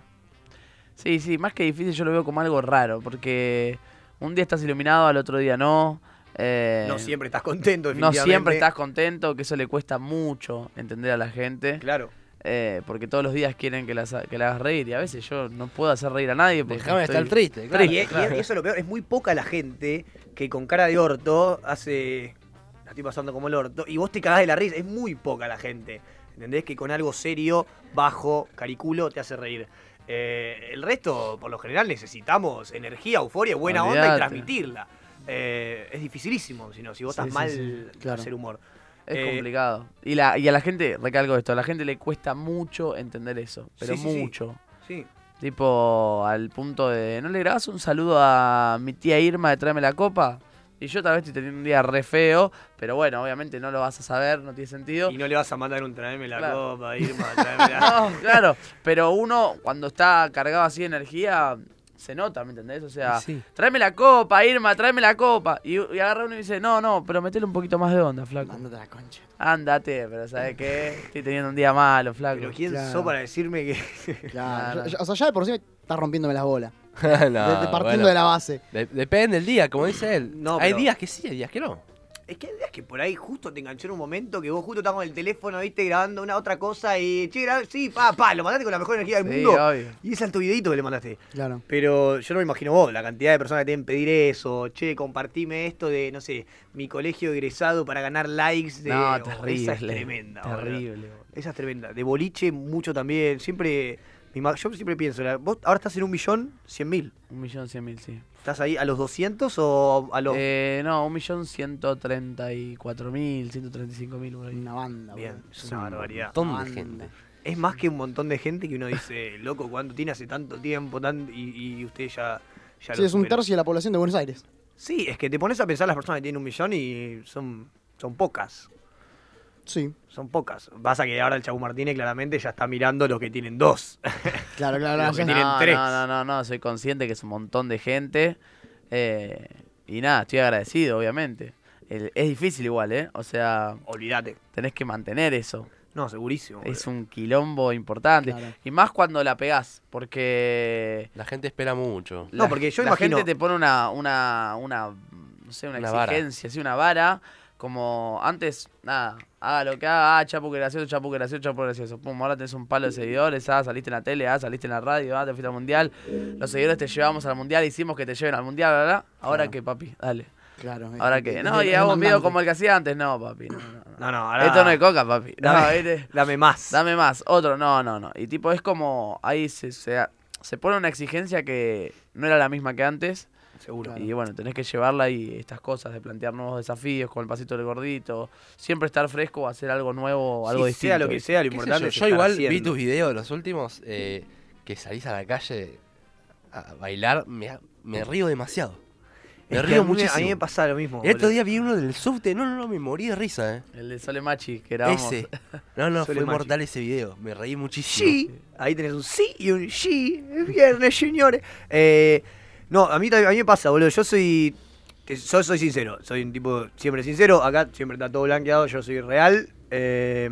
S3: Sí, sí, más que difícil yo lo veo como algo raro, porque un día estás iluminado, al otro día no. eh,
S2: no siempre estás contento,
S3: no siempre
S2: definitivamente.
S3: estás contento, que eso le cuesta mucho entender a la gente,
S2: Claro.
S3: eh, porque todos los días quieren que, las, ha- que la hagas reír, y a veces yo no puedo hacer reír a nadie. Porque
S1: Déjame estar
S3: estoy-
S1: triste. claro.
S2: y, es- y es- eso es lo peor, es muy poca la gente que con cara de orto hace. La estoy pasando como el orto. Y vos te cagás de la risa. Es muy poca la gente. ¿Entendés? Que con algo serio, bajo, cariculo, te hace reír. Eh, el resto, por lo general, necesitamos energía, euforia, buena onda y
S3: Olvídate.
S2: transmitirla. Eh, es dificilísimo, si no, si vos
S3: Sí,
S2: estás
S3: sí,
S2: mal,
S3: sí,
S5: claro.
S2: hacer humor.
S3: Es
S2: Eh,
S3: complicado. Y, la, y a la gente, recalco esto, a la gente le cuesta mucho entender eso, pero
S2: Sí, sí, sí.
S3: mucho.
S2: Sí.
S3: Tipo, al punto de. ¿No le grabás un saludo a mi tía Irma de tráeme la copa? Y yo tal vez estoy teniendo un día re feo, pero bueno, obviamente no lo vas a saber, no tiene sentido.
S2: Y no le vas a mandar un traeme la
S3: Claro.
S2: copa, Irma, traeme la.
S3: No, claro, pero uno cuando está cargado así de energía, se nota, ¿me entendés? O sea,
S1: Sí.
S3: tráeme la copa, Irma, tráeme la copa. Y, y agarra uno y dice, no, no, pero metele un poquito más de onda, flaco.
S5: Mándate a la concha.
S3: Ándate, pero ¿sabes qué? Estoy teniendo un día malo, flaco.
S2: Pero ¿quién
S5: Claro.
S2: sos para decirme que.?
S5: Claro.
S3: Claro.
S5: Yo- yo- o sea, ya de por sí me está rompiéndome las bolas.
S1: No,
S5: De- de- partiendo
S1: bueno.
S5: de la base.
S1: De- depende del día, como dice él.
S2: No,
S1: hay
S2: pero-
S1: días que sí, hay días que no.
S2: Es que hay días que por ahí justo te enganchó en un momento que vos justo estás con el teléfono, viste, grabando una otra cosa y. Che, gra- sí, pa, pa, lo mandaste con la mejor energía del
S3: Sí, ah.
S2: mundo.
S3: obvio.
S2: Y ese alto videito que le mandaste.
S5: Claro.
S2: Pero yo no me imagino vos, la cantidad de personas que te deben pedir eso. Che, compartime esto de, no sé, mi colegio egresado para ganar likes. De...
S3: No,
S2: Oh,
S3: terrible.
S2: Esa es tremenda, boludo.
S3: Terrible, boludo.
S2: Esa es tremenda. De boliche, mucho también. Siempre Mi ma- Yo siempre pienso, la- vos ahora estás en un millón cien mil.
S3: Un millón cien mil, sí.
S2: ¿Estás ahí a los 200 o a los...?
S3: Eh, no, un millón ciento treinta y cuatro mil, ciento treinta y cinco mil. por ahí.
S5: Una banda,
S2: Bien,
S5: boludo.
S2: es una barbaridad.
S1: montón de
S5: Banda.
S1: gente.
S2: Es más que un montón de gente que uno dice, loco, ¿cuánto tiene hace tanto tiempo? Tan... Y, y usted ya... ya
S5: Sí,
S2: lo
S5: es un
S2: superó.
S5: tercio de la población de Buenos Aires.
S2: Sí, es que te pones a pensar las personas que tienen un millón y son, son pocas.
S5: Sí,
S2: Son pocas. Pasa que ahora el Chabu Martínez claramente ya está mirando los que tienen dos.
S5: claro, claro.
S2: Lo
S5: claro,
S2: que
S5: ya-
S2: tienen tres.
S3: No, no, no, no, soy consciente que es un montón de gente. eh, y nada, estoy agradecido, obviamente. El- es difícil igual, ¿eh? O sea,
S2: Olvídate.
S3: tenés que mantener eso.
S2: No, segurísimo.
S3: Es un quilombo importante.
S5: Claro.
S3: Y más cuando la pegás, porque...
S1: La gente espera mucho.
S2: No, porque yo
S3: la
S2: imagino-
S3: gente te pone una, una, una, no sé, una,
S1: Una vara.
S3: exigencia, sí, una vara, como antes, nada, haga lo que haga, ah, chapu que gracioso, chapu que gracioso, chapu que gracioso, pum, ahora tenés un palo de seguidores, ah, saliste en la tele, ah, saliste en la radio, ah, te fuiste al mundial, los seguidores te llevamos al mundial, hicimos que te lleven al mundial, bla, bla, bla. ahora
S5: Claro.
S3: que papi, dale,
S5: claro, es-
S3: ahora que,
S5: es-
S3: no,
S5: es-
S3: y
S5: es
S3: hago un video
S5: mandante.
S3: como el que hacía antes, no, papi, no, no, no.
S2: No, no, ahora...
S3: esto no es coca, papi, no,
S2: Dame,
S3: viste.
S2: dame más.
S3: Dame más, otro, no, no, no. Y tipo, es como, ahí se, se, se pone una exigencia que no era la misma que antes.
S2: Seguro.
S5: Claro.
S3: Y bueno, tenés que llevarla y estas cosas, de plantear nuevos desafíos con el pasito del gordito, siempre estar fresco, hacer algo nuevo, algo
S2: Sí,
S3: distinto.
S2: Sea lo que
S3: ¿viste?
S2: sea, lo
S1: ¿Qué sé
S2: importante
S1: yo?
S2: es
S1: Yo
S2: estar
S1: igual vi
S2: haciendo.
S1: tus videos, los últimos, eh, que salís a la calle a bailar, me, me río demasiado. Me
S2: Es que
S1: río
S2: a mí
S1: muchísimo.
S2: A mí me pasa lo mismo.
S1: El otro
S2: boludo.
S1: día vi uno del subte, no, no, no, me morí de risa, eh.
S3: El de Sole Machi, que grabamos.
S1: Ese. No, no,
S2: Sole
S1: fue
S2: Magic.
S1: mortal ese video. Me reí muchísimo.
S2: Sí, ahí tenés un sí y un sí. Es viernes, señores. Eh, no, a mí, también- a mí me pasa, boludo. Yo soy. te- Yo soy sincero. Soy un tipo siempre sincero. Acá siempre está todo blanqueado. Yo soy real. eh,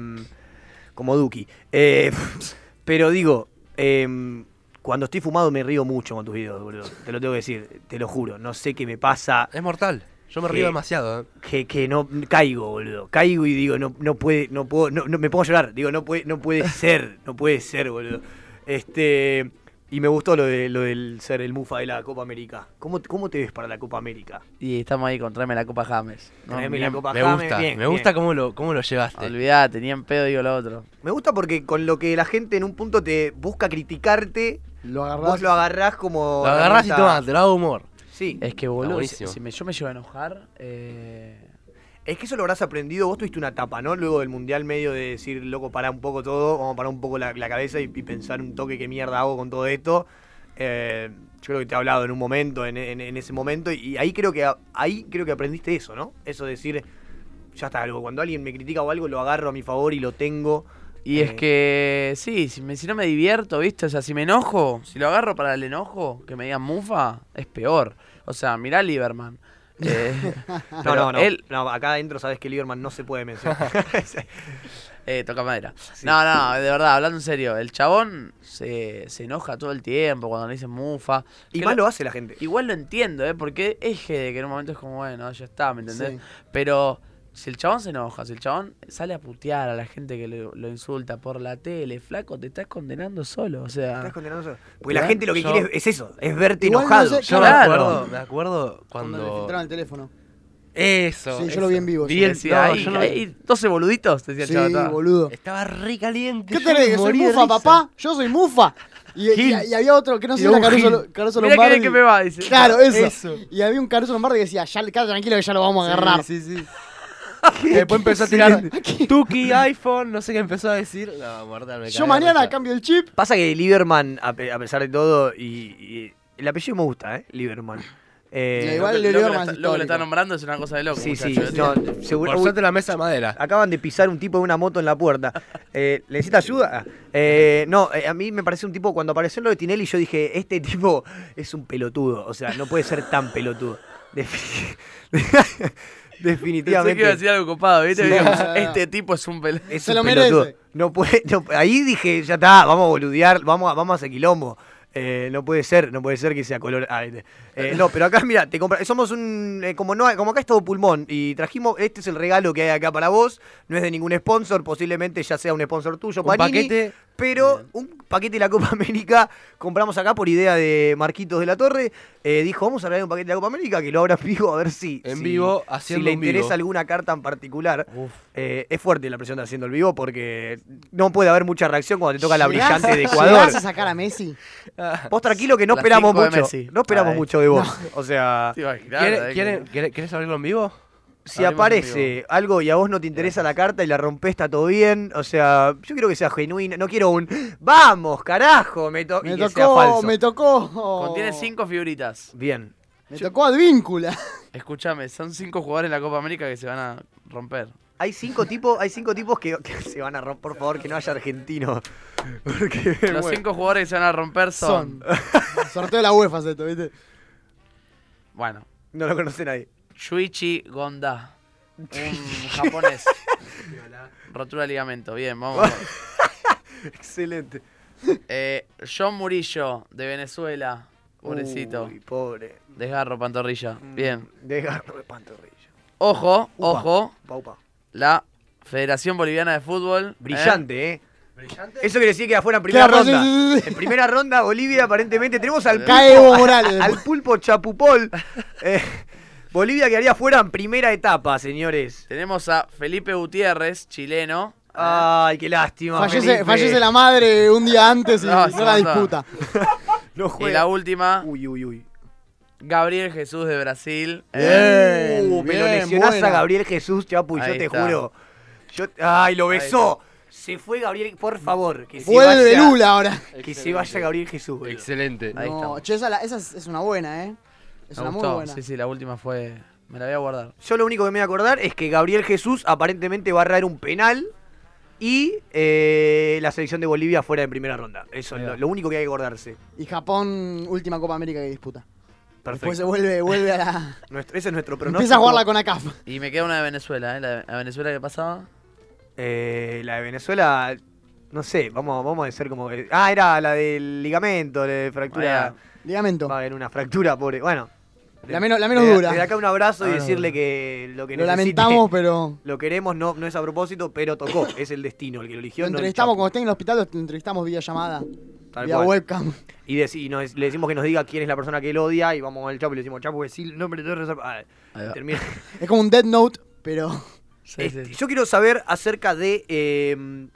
S2: como Duki. Eh, pero digo. eh, cuando estoy fumado me río mucho con tus videos, boludo. Te lo tengo que decir, te lo juro. No sé qué me pasa.
S1: Es mortal. Yo me
S2: Sí.
S1: río demasiado, eh.
S2: que, que no caigo, boludo. Caigo y digo, no, no puede, no puedo, no, no- me pongo a llorar. Digo, no puede, no puede ser, no puede ser, boludo. Este. Y me gustó lo, de, lo del ser el mufa de la Copa América. ¿Cómo, ¿Cómo te ves para la Copa América?
S3: Y estamos ahí con Tráeme la Copa James. No,
S2: Tráeme
S3: ni
S2: la
S3: en-
S2: Copa
S1: Me
S2: James,
S1: gusta,
S2: bien,
S1: me
S2: bien.
S1: gusta cómo lo, cómo lo llevaste.
S3: Olvídate, ni en pedo digo lo otro.
S2: Me gusta porque con lo que la gente en un punto te busca criticarte,
S5: Lo
S2: vos
S5: agarrás.
S2: lo agarrás como.
S1: Lo agarrás y
S2: herramienta-
S1: tomás, te lo hago humor.
S2: Sí.
S3: Es que, boludo, si,
S1: buenísimo.
S3: si me, yo me llevo a enojar, eh,
S2: Es que eso lo habrás aprendido. Vos tuviste una etapa, ¿no? Luego del mundial medio de decir, loco, pará un poco todo, vamos a parar un poco la, la cabeza y, y pensar un toque qué mierda hago con todo esto. Eh, yo creo que te he hablado en un momento, en, en- en ese momento, y, y ahí creo que ahí creo que aprendiste eso, ¿no? Eso de decir, ya está algo. Cuando alguien me critica o algo, lo agarro a mi favor y lo tengo.
S3: Y es
S2: Eh.
S3: que, sí, si, me- si no me divierto, ¿viste? O sea, si me enojo, si lo agarro para el enojo, que me digan mufa, es peor. O sea, mirá a Lieberman. Eh,
S2: No,
S3: pero
S2: no, no.
S3: Él
S2: No, acá adentro sabes que Lieberman no se puede mencionar.
S3: eh, toca madera.
S2: Sí.
S3: No, no, de verdad, hablando en serio, el chabón se, se enoja todo el tiempo cuando le dicen mufa.
S2: y
S3: Que
S2: más
S3: lo-
S2: lo hace la gente.
S3: Igual lo entiendo, ¿eh? Porque es Gede, que en un momento es como, bueno, ya está, ¿me entendés?
S5: Sí.
S3: Pero si el chabón se enoja, si el chabón sale a putear a la gente que lo, lo insulta por la tele, flaco, te estás condenando solo. O sea.
S2: Estás condenando eso. Porque la
S1: Igual
S2: gente lo que
S1: yo-
S2: quiere es es eso, es verte
S5: Ah. Igual no
S2: enojado.
S5: sé-
S1: Yo
S3: Claro.
S1: me acuerdo, me acuerdo
S5: Cuando le
S1: cuando.
S5: filtraron el teléfono.
S1: Eso.
S5: Sí, yo
S1: eso.
S5: lo vi en vivo,
S1: Vi
S5: sí.
S1: el-
S3: decía,
S1: no,
S3: ahí,
S1: yo no-
S3: ahí, 12 boluditos, decía el
S5: Sí,
S3: chaval, estaba.
S5: boludo.
S1: Estaba re caliente.
S5: ¿Qué
S1: Este, yo me
S5: tenés? que soy
S1: morí de
S5: mufa,
S1: risa.
S5: papá? Yo soy mufa. Y, y-
S1: Gil.
S5: y había otro que no sé,
S1: Era
S5: era
S1: un
S5: Caruso,
S1: Gil.
S5: Caruso
S3: Mirá que
S5: Lombardi.
S3: bien que me va, dice.
S5: Claro, eso.
S1: Eso.
S5: Y había un Caruso Lombardi que decía, ya quédate tranquilo que ya lo vamos a agarrar.
S1: Sí, sí, sí. Y después empezó a tirar Tuki, iPhone, no sé qué empezó a decir. No, mortal, me
S5: Yo
S1: cagué de
S5: mañana
S1: risa.
S5: cambio el chip.
S2: Pasa que Lieberman, a, pe- a pesar de todo, y, y- el apellido me gusta, ¿eh? Lieberman. Eh,
S5: Y
S3: Lo que-
S5: Igual el
S3: lo que
S5: Lieberman
S3: lo
S5: es
S3: está- lo que lo
S5: histórico.
S3: está nombrando es una cosa de loco.
S2: sí, sí.
S3: muchacho, ¿eh?
S2: no, seguro-
S1: Por
S2: uy,
S1: suerte la mesa de madera.
S2: acaban de pisar un tipo de una moto en la puerta. Eh, ¿Le necesita ayuda? Ah, eh, no, eh, a mí me parece un tipo, cuando apareció lo de Tinelli, yo dije, este tipo es un pelotudo. O sea, no puede ser tan pelotudo. Defi-
S3: Pensé que iba a decir
S2: Definitivamente.
S3: algo copado, ¿viste?
S2: Sí.
S3: Digo,
S5: No, no, no.
S3: este tipo es un pel...
S2: Es
S5: Se
S2: un
S5: lo
S2: pelotudo.
S5: merece.
S2: No puede, no- ahí dije, ya está, vamos a boludear, vamos a, vamos a hacer quilombo. Eh, no puede ser, no puede ser que sea color. ah, este. Eh, no, pero acá, mira, te compra- somos un. eh, como, no, hay- como acá es todo pulmón y trajimos. Este es el regalo que hay acá para vos. No es de ningún sponsor, posiblemente ya sea un sponsor tuyo.
S1: Un
S2: Panini,
S1: paquete
S2: Pero
S3: Bien.
S2: un paquete de la Copa América compramos acá por idea de Marquitos de la Torre. Eh, dijo, vamos a arreglar un paquete de la Copa América que lo abra en vivo a ver si.
S1: En
S2: si-
S1: vivo,
S2: Si
S1: haciendo
S2: le
S1: en vivo.
S2: interesa alguna carta en particular.
S3: Uf.
S2: Eh, es fuerte la presión de haciendo el vivo porque no puede haber mucha reacción cuando te toca la
S5: ¿Llegás-
S2: brillante de Ecuador.
S5: ¿Llegás a sacar a Messi?
S2: Vos tranquilo que no
S3: Las
S2: esperamos
S3: cinco de
S2: mucho.
S3: Messi.
S2: No esperamos
S3: Ay.
S2: mucho de vos. O sea,
S3: Te imaginas,
S1: ¿Quiere-
S3: ¿sabés?
S1: quieren- quiere- ¿Querés abrirlo en vivo?
S2: si
S3: Abrimos en
S2: aparece algo y a vos no te interesa la carta y la rompés, está todo bien. O sea, yo quiero que sea genuina. No quiero un ¡Vamos, carajo! Me, to- y
S5: Me
S2: que sea falso.
S5: tocó, me tocó.
S3: Contiene cinco figuritas.
S2: Bien.
S5: Me tocó Advíncula.
S3: Escúchame, son cinco jugadores de la Copa América que se van a romper.
S2: Hay cinco tipos, hay cinco tipos que, que se van a romper, por favor, que no haya argentinos. Porque me
S3: Los
S2: muero.
S3: cinco jugadores que se van a romper son.
S5: Son. Sorteo de la UEFA, es esto, ¿viste?
S3: Bueno,
S2: No lo conoce nadie.
S3: Shuichi Gonda. Un japonés. Rotura de ligamento, bien, vamos.
S2: Excelente.
S3: Eh, John Murillo, de Venezuela. Pobrecito.
S2: Uy, pobre.
S3: Desgarro, pantorrilla. Bien.
S2: Desgarro de pantorrilla.
S3: Ojo,
S2: Upa.
S3: ojo.
S2: Upa, upa.
S3: La Federación Boliviana de Fútbol. ¿eh?
S2: Brillante, ¿eh? Eso quiere decir que afuera en primera
S5: Claro, sí,
S2: ronda.
S5: sí, sí.
S2: En primera ronda, Bolivia aparentemente. Tenemos al
S5: Cae
S2: pulpo,
S5: Evo Morales.
S2: al pulpo chapupol. Eh, Bolivia quedaría fuera en primera etapa, señores.
S3: Tenemos a Felipe Gutiérrez, chileno. Ah.
S2: Ay, qué lástima.
S5: Fallece,
S2: Felipe.
S5: fallece la madre un día antes y
S3: No,
S5: no,
S3: se
S5: la
S3: mandó.
S5: disputa.
S2: No
S3: Y
S2: juega. Uh.
S3: la última,
S2: Uy, uy, uy.
S3: Gabriel Jesús de Brasil. Eh,
S5: Bien,
S2: Uh, pero
S5: bien,
S2: lesionás
S5: buena.
S2: a Gabriel Jesús, Chapu, yo
S3: Ahí
S2: te
S3: está.
S2: juro. Yo- ay, lo
S3: Ahí
S2: besó. Se fue Gabriel, por favor. Que se
S5: Vuelve
S2: vaya,
S5: Lula ahora.
S2: Que se vaya Gabriel Jesús. boludo.
S1: Excelente.
S3: Ahí
S5: No,
S3: estamos.
S5: che, esa, la- esa es, es una buena, ¿eh? Es
S3: Me
S5: una
S3: gustó.
S5: muy buena.
S3: Sí, sí, la última fue. Me la voy a guardar.
S2: Yo lo único que me voy a acordar es que Gabriel Jesús aparentemente va a errar un penal y eh, la selección de Bolivia fuera de primera ronda. Eso es
S1: Ahí va.
S2: lo, lo único que hay que acordarse.
S5: Y Japón, última Copa América que disputa. Después se
S2: Perfecto.
S5: vuelve, vuelve a la.
S2: Nuestro- ese es nuestro pronóstico.
S5: Empieza a jugarla con ACAF.
S3: Y me queda una de Venezuela, ¿eh? La, de- la Venezuela que pasaba.
S2: Eh, la de Venezuela, no sé, vamos, vamos a decir como... que- Ah, era la del ligamento, la de fractura...
S3: Ah, ya.
S5: Ligamento.
S2: Va a haber una fractura, pobre. Bueno.
S5: La menos- la menos
S2: Le da-
S5: dura.
S2: Le da acá un abrazo y
S3: Ah, no,
S2: decirle
S3: no.
S2: que lo que
S5: Lo
S2: necesite,
S5: lamentamos, pero.
S2: Lo queremos, no, no es a propósito, pero tocó. Es el destino el que lo eligió.
S5: Lo
S2: no el
S5: entrevistamos,
S2: Chapo.
S5: cuando esté en el hospital, lo entrevistamos vía llamada,
S2: Tal
S5: vía
S2: cual.
S5: webcam.
S2: Y, deci- y nos- le decimos que nos diga quién es la persona que él odia y vamos al Chapo y le decimos, Chapo, decí el nombre de todo reserva". Ah,
S3: Ahí va.
S2: termina.
S5: Es como un Dead Note, pero.
S3: Sí,
S2: Este,
S3: sí.
S2: Yo quiero saber acerca de eh,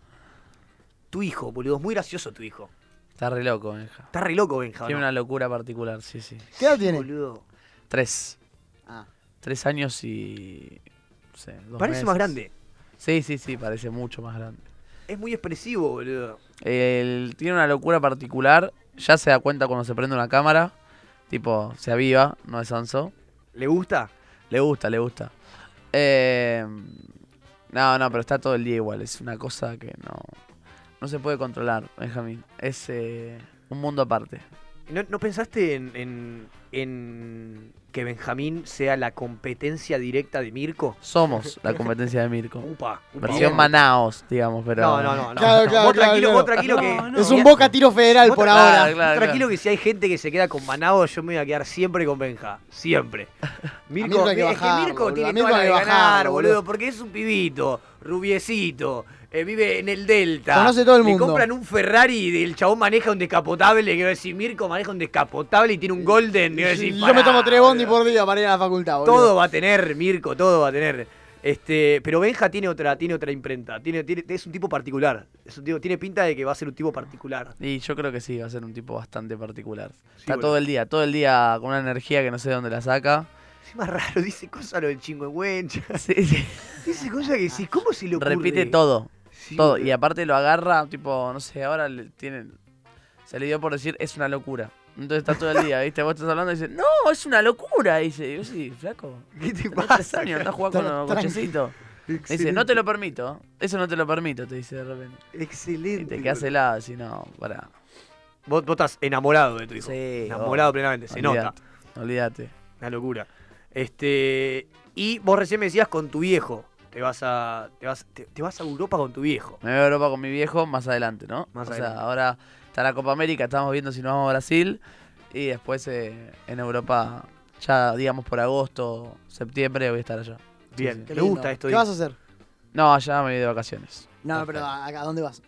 S2: tu hijo, boludo. Es muy gracioso tu hijo.
S3: Está re loco, Benja.
S2: Está re loco, Benja. ¿o
S3: Tiene
S2: no?
S3: una locura particular, sí, sí.
S5: ¿Qué edad tiene?
S2: Boludo.
S3: Tres.
S5: Ah,
S3: Tres años y. No sé, dos
S2: Parece
S3: meses.
S2: más grande.
S3: Sí, sí, sí, parece mucho más grande.
S2: Es muy expresivo, boludo.
S3: Él tiene una locura particular. Ya se da cuenta cuando se prende una cámara. Tipo, se aviva, no es Sanso.
S2: ¿Le gusta?
S3: Le gusta, le gusta. Eh, no, no, pero está todo el día igual. Es una cosa que no, no se puede controlar, Benjamín. Es eh, un mundo aparte.
S2: ¿No, no pensaste en, en- en que Benjamín sea la competencia directa de Mirko?
S3: Somos la competencia de Mirko.
S2: Upa. upa,
S3: Versión
S2: upa.
S3: Manaos, digamos, pero...
S2: No, no, no. no.
S5: Claro,
S2: No,
S5: claro,
S2: vos
S5: claro,
S2: tranquilo,
S5: claro.
S2: vos tranquilo que.
S3: No,
S5: es un
S2: Mirá,
S5: boca tiro federal
S2: vos
S5: por
S2: te-
S3: Claro,
S5: ahora.
S3: claro, claro.
S2: Tranquilo que si hay gente que se queda con Manao, yo me voy a quedar siempre con Benja. Siempre. Mirko,
S5: Mirko hay que
S2: es
S5: bajarlo,
S2: Mirko
S5: boludo.
S2: tiene
S5: A Mirko
S2: toda la
S5: hay
S2: de
S5: que
S2: ganar,
S5: bajarlo,
S2: boludo,
S5: boludo.
S2: porque es un pibito, rubiecito, eh, vive en el Delta.
S5: Conoce todo el
S2: Le
S5: mundo.
S2: compran un Ferrari y el chabón maneja un descapotable. Que va a decir, Mirko maneja un descapotable y tiene un Golden. que va a decir,
S5: Yo me
S2: "Pará,
S5: tomo tres bondi
S2: boludo".
S5: por día para ir a la facultad, boludo.
S2: Todo va a tener, Mirko, todo va a tener. Este, pero Benja tiene otra, tiene otra imprenta. Tiene, tiene- es un tipo particular. Es un tipo- tiene pinta de que va a ser un tipo particular.
S3: Y yo creo que sí, va a ser un tipo bastante particular. Está
S2: boludo.
S3: todo el día, todo el día con una energía que no sé de dónde la saca.
S2: Es más raro, dice cosas lo del chingüengüencha.
S3: Sí, sí.
S2: Dice cosas que decís, ¿cómo se le ocurre?
S3: Repite todo.
S2: Sí,
S3: todo.
S2: boludo.
S3: Y aparte lo agarra, tipo, no sé, ahora le tienen. Se le dio por decir, es una locura. Entonces está todo el día, ¿viste? Vos estás hablando y dice, no, es una locura. Y dice, yo sí, flaco.
S2: ¿Qué te
S3: Tenés
S2: pasa?
S3: tres años, andás a jugar
S5: Está
S3: con los
S5: tranqui.
S3: cochecitos. Dice, no te lo permito. Eso no te lo permito, te dice de repente.
S2: Excelente.
S3: Y te quedas
S2: boludo.
S3: helado, si no, pará.
S2: Vos, vos estás enamorado de tu hijo.
S3: Sí,
S2: enamorado
S3: oh,
S2: plenamente, se
S3: olvidate,
S2: nota.
S3: Olvídate.
S2: Una locura. Este. Y vos recién me decías con tu viejo. Te vas a. Te vas, te- te vas a Europa con tu viejo.
S3: Me voy a Europa con mi viejo más adelante, ¿no?
S2: Más
S3: o
S2: adelante.
S3: sea, ahora está la Copa América, estamos viendo si nos vamos a Brasil. Y después eh, en Europa, ya digamos por agosto, septiembre, voy a estar allá.
S2: Bien,
S5: Qué
S2: me
S5: lindo.
S2: gusta esto.
S5: ¿Qué
S2: de-
S5: vas a hacer?
S3: No, allá me voy de vacaciones.
S5: No,
S3: Perfecto.
S5: pero ¿a, a dónde vas?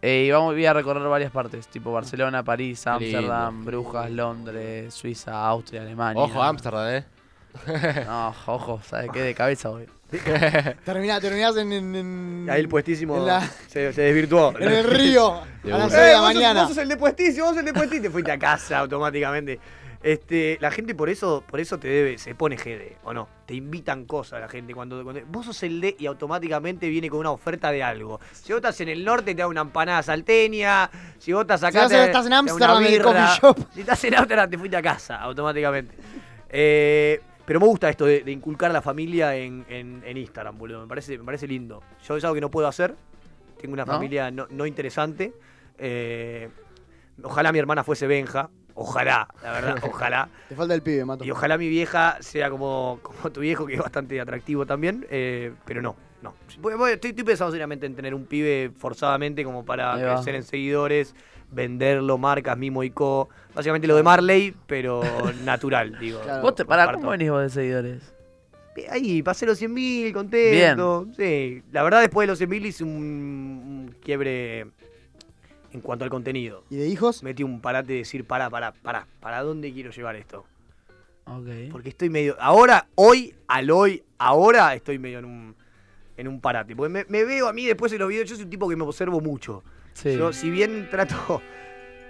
S3: Eh, y vamos, voy a recorrer varias partes, tipo Barcelona, París,
S1: lindo,
S3: Ámsterdam, Brujas, Londres, Suiza, Austria, Alemania.
S1: Ojo, Ámsterdam, ¿eh?
S3: No, ojo, ¿sabes qué? De cabeza, voy.
S5: Terminás, terminás en, en- en-
S2: Ahí el puestísimo
S5: en, la-
S2: se, se desvirtuó.
S5: en el río a
S1: De
S5: las
S1: una.
S5: 6 de
S2: Eh,
S5: la
S2: vos sos-
S5: mañana.
S2: Vos sos el de puestísimo, vos sos el de puestísimo. Te fuiste a casa automáticamente. Este, la gente por eso, por eso te debe, se pone GD, ¿o no? Te invitan cosas la gente cuando, cuando- vos sos el de y automáticamente viene con una oferta de algo. Si vos estás en el norte te da una empanada salteña, si vos estás acá
S5: vas
S2: te,
S5: a-
S2: da-
S5: estás en
S2: te da
S5: Ámsterdam,
S2: una
S5: en el
S2: birra.
S5: coffee shop.
S2: Si estás en Ámsterdam te fuiste a casa automáticamente. Eh, pero me gusta esto de, de inculcar a la familia en, en- en Instagram, boludo. Me parece, me parece lindo. Yo es algo que no puedo hacer. Tengo una
S3: ¿No?
S2: familia no, no interesante. Eh, ojalá mi hermana fuese Benja. Ojalá, la verdad, ojalá.
S5: Te falta el pibe, Mato.
S2: Y ojalá mi vieja sea como, como tu viejo, que es bastante atractivo también. eh, pero no, no. Voy- voy- Estoy, estoy pensando seriamente en tener un pibe forzadamente como para
S3: Ahí va.
S2: crecer en seguidores, venderlo, marcas, Mimo y Co. Básicamente lo de Marley, pero natural, digo.
S5: Claro.
S3: Vos te, pará,
S2: Comparto. Eh,
S3: ¿cómo venís vos de seguidores?
S2: Ahí, pasé los 100.000, contento. Sí, la verdad después de los 100.000 hice un, un quiebre en cuanto al contenido.
S5: ¿Y de hijos?
S2: Metí un parate de decir, pará, pará, pará, ¿para dónde quiero llevar esto?
S3: Ok.
S2: Porque estoy medio. Ahora, hoy, al hoy, ahora estoy medio en un, en un parate. Porque me, me veo a mí después de los videos. Yo soy un tipo que me observo mucho.
S3: Sí.
S2: Yo, si bien trato,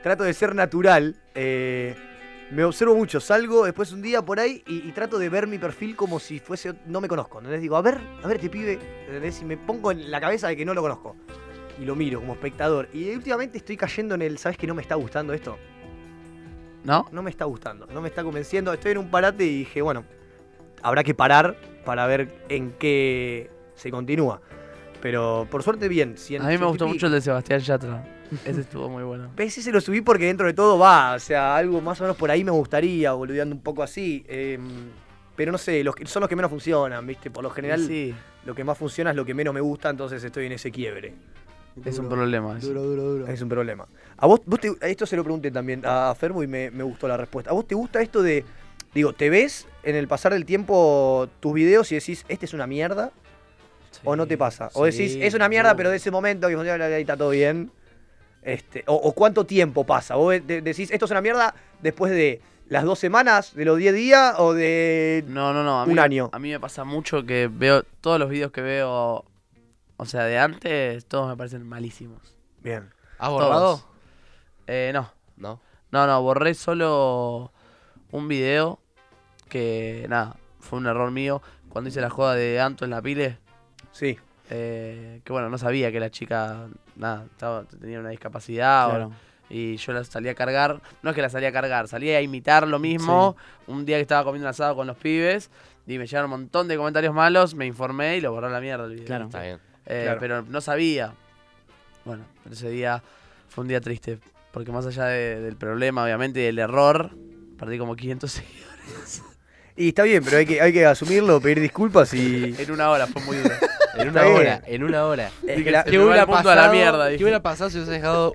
S2: trato de ser natural, eh, me observo mucho. Salgo después un día por ahí y, y trato de ver mi perfil como si fuese. No me conozco. Entonces digo, a ver, a ver este pibe. ¿entendés? Y me pongo en la cabeza de que no lo conozco. Y lo miro como espectador. Y últimamente estoy cayendo en el. ¿Sabes que no me está gustando esto?
S3: ¿No?
S2: no me está gustando, no me está convenciendo. Estoy en un parate y dije, bueno, habrá que parar para ver en qué se continúa. Pero por suerte bien. si en-
S3: A mí
S2: si
S3: me gustó
S2: estoy-
S3: mucho el de Sebastián Yatra. Ese estuvo muy bueno.
S2: Ese se lo subí porque dentro de todo va, o sea, algo más o menos por ahí me gustaría, boludeando un poco así. eh, pero no sé, los que, son los que menos funcionan, ¿viste? Por lo general,
S3: Sí,
S2: lo que más funciona es lo que menos me gusta, entonces estoy en ese quiebre.
S3: es un
S5: Duro,
S3: problema. eso.
S5: Duro, duro, duro.
S2: Es un problema. A vos, vos te- a esto se lo pregunté también a Fermo y me, me gustó la respuesta. ¿A vos te gusta esto de, digo, te ves en el pasar del tiempo tus videos y decís, este es una mierda? ¿O no te pasa? O
S3: Sí, Uh.
S2: decís, es una mierda,
S3: no.
S2: pero de ese momento que funciona, ahí está todo bien. Este, o, o cuánto tiempo pasa? ¿Vos de- decís, esto es una mierda después de las dos semanas, de los 10 días o de...
S3: No, no, no. A mí,
S2: Un año.
S3: A mí me pasa mucho que veo todos los videos que veo, o sea, de antes, todos me parecen malísimos.
S2: Bien.
S1: ¿Has
S3: Todos.
S1: borrado?
S3: Eh, no.
S1: No.
S3: No, no, borré solo un video que, nada, fue un error mío. Cuando hice la joda de Anto en la pile,
S2: Sí.
S3: eh, que bueno, no sabía que la chica, nada, estaba- tenía una discapacidad. o-
S2: Claro.
S3: y yo la salí a cargar. No es que la salí a cargar, salí a imitar lo mismo. Un día que estaba comiendo un asado con los pibes y me llegaron un montón de comentarios malos, me informé y lo borró a la mierda el video.
S5: Claro.
S1: Está bien.
S3: Eh,
S2: Claro.
S3: Pero no sabía. Bueno, pero ese día fue un día triste. Porque más allá de- del problema, obviamente, y del error, perdí como 500 seguidores.
S2: Y está bien, pero hay que, hay que asumirlo, pedir disculpas y...
S3: En una hora, fue muy duro.
S1: En
S2: Está
S1: una
S2: bien.
S1: hora, en una hora.
S2: Es Ah, que la-
S3: Se me va el mundo a la mierda,
S1: ¿Qué
S3: dije.
S1: hubiera pasado si hubiese dejado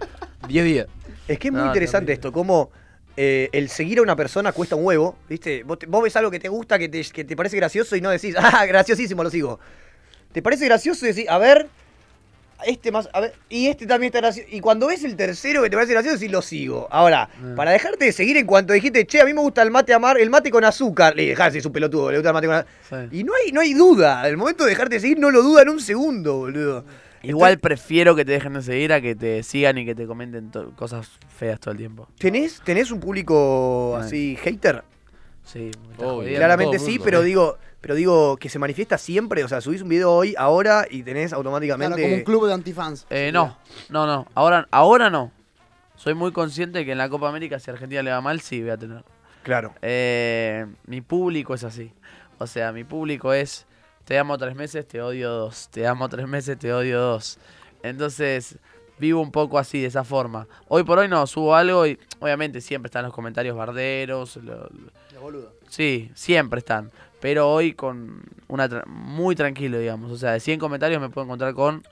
S1: 10 días?
S2: Es que es muy
S3: No,
S2: interesante
S3: terrible.
S2: esto, cómo eh, el seguir a una persona cuesta un huevo, ¿viste? Vos, te- vos ves algo que te gusta, que te, que te parece gracioso y no decís, ah, graciosísimo, lo sigo. Te parece gracioso y decís, a ver, este más, a ver, y este también está gracioso. Y cuando ves el tercero que te parece gracioso, decís, lo sigo. Ahora,
S3: Mm.
S2: para dejarte de seguir en cuanto dijiste, che, a mí me gusta el mate amar, el mate con azúcar, le dejás, es un pelotudo, le gusta el mate con azúcar.
S3: Sí.
S2: Y no hay, no hay duda, el momento de dejarte de seguir no lo duda en un segundo, boludo.
S3: Igual prefiero que te dejen de seguir a que te sigan y que te comenten to- cosas feas todo el tiempo.
S2: ¿Tenés, tenés un público
S3: Ay.
S2: así, hater?
S3: Sí, me está
S1: Obvio.
S3: jodiendo.
S2: Claramente
S1: todo
S2: sí,
S1: mundo,
S2: pero
S1: ¿eh?
S2: digo, pero digo que se manifiesta siempre, o sea, subís un video hoy, ahora y tenés
S5: Claro,
S2: automáticamente
S5: como un club de antifans.
S3: Eh, no, no, no. Ahora, ahora no. Soy muy consciente que en la Copa América, si a Argentina le va mal, sí voy a tener.
S2: Claro.
S3: Eh, mi público es así. O sea, mi público es te amo tres meses, te odio dos. Te amo tres meses, te odio dos. Entonces, vivo un poco así, de esa forma. Hoy por hoy no, subo algo y obviamente siempre están los comentarios barderos. lo- lo-
S5: Los boludos.
S3: sí, siempre están. Pero hoy con una tra- muy tranquilo, digamos. O sea, de 100 comentarios me puedo encontrar con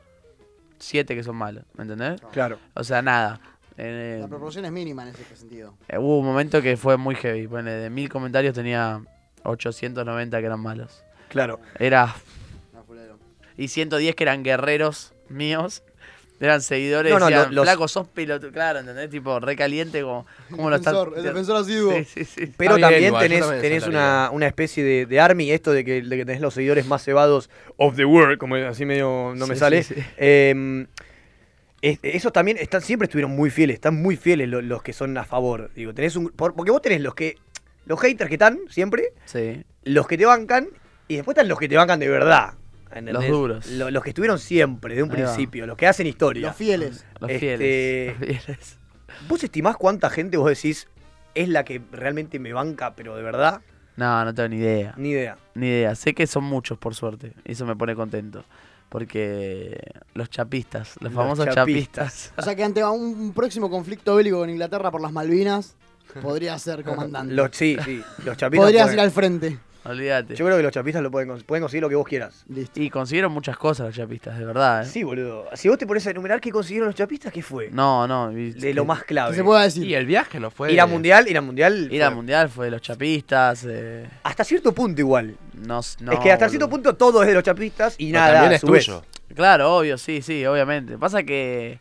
S3: 7 que son malos. ¿Me entendés?
S2: Claro.
S3: O sea, nada. Eh,
S5: La proporción es mínima en ese sentido.
S3: eh, Hubo un momento que fue muy heavy. Ponele, de mil comentarios tenía 890 que eran malos.
S2: Claro.
S3: Era.
S5: No, fulero.
S3: Y 110 que eran guerreros míos. Eran seguidores,
S2: No, no,
S3: decían,
S2: lo- los-
S3: flaco, sos pelotudo. Claro, ¿entendés? Tipo, recaliente, como, como lo estás...
S5: defensor, el defensor asiduo.
S3: Sí, sí, sí.
S2: Pero
S1: Está
S2: también
S1: bien, igual, yo
S2: tenés,
S1: también
S2: tenés una,
S1: saltaría.
S2: una especie de, de army, esto de que, de que tenés los seguidores más cebados of the world, como así medio no me
S3: Sí,
S2: sale.
S3: sí, sí.
S2: Eh, es- esos también están, siempre estuvieron muy fieles, están muy fieles lo- los, que son a favor. Digo, tenés un, por- porque vos tenés los que. Los haters que están siempre,
S3: Sí.
S2: los que te bancan, y después están los que te bancan de verdad. ¿entendés?
S3: Los duros.
S2: Lo- los que estuvieron siempre, de un
S3: Ahí va.
S2: principio, los que hacen historia.
S5: Los fieles.
S3: Los
S2: Este-
S3: fieles. Los fieles.
S2: ¿Vos estimás cuánta gente vos decís es la que realmente me banca, pero de verdad?
S3: No, no tengo ni idea.
S2: Ni idea.
S3: Ni idea. Sé que son muchos, por suerte. Eso me pone contento. Porque los chapistas, los,
S2: Los
S3: famosos chapistas.
S5: O sea que ante un, un próximo conflicto bélico con Inglaterra por las Malvinas, podría ser comandante.
S2: Los, sí, sí. Los chapistas.
S5: Podrías
S2: pueden-
S5: ir al frente.
S3: Olvídate.
S2: Yo creo que los chapistas lo pueden, cons- pueden conseguir lo que vos quieras.
S5: Listo.
S3: Y consiguieron muchas cosas los chapistas, de verdad. ¿eh?
S2: Sí, boludo. Si vos te pones a enumerar qué consiguieron los chapistas, ¿qué fue?
S3: No, no. y-
S2: De lo más
S5: Que
S2: clave.
S5: se pueda
S1: Y
S5: decir.
S1: el viaje no fue.
S2: Ir a mundial, ir a mundial.
S3: Ir al
S2: fue-
S3: mundial fue de los chapistas. eh,
S2: Hasta cierto punto igual.
S3: no, s- no,
S2: es que hasta cierto
S3: boludo.
S2: punto todo es de los chapistas y
S1: Pero
S2: nada.
S1: También
S2: a
S1: es
S2: su vez.
S1: tuyo.
S3: Claro, obvio, sí, sí, obviamente. Pasa que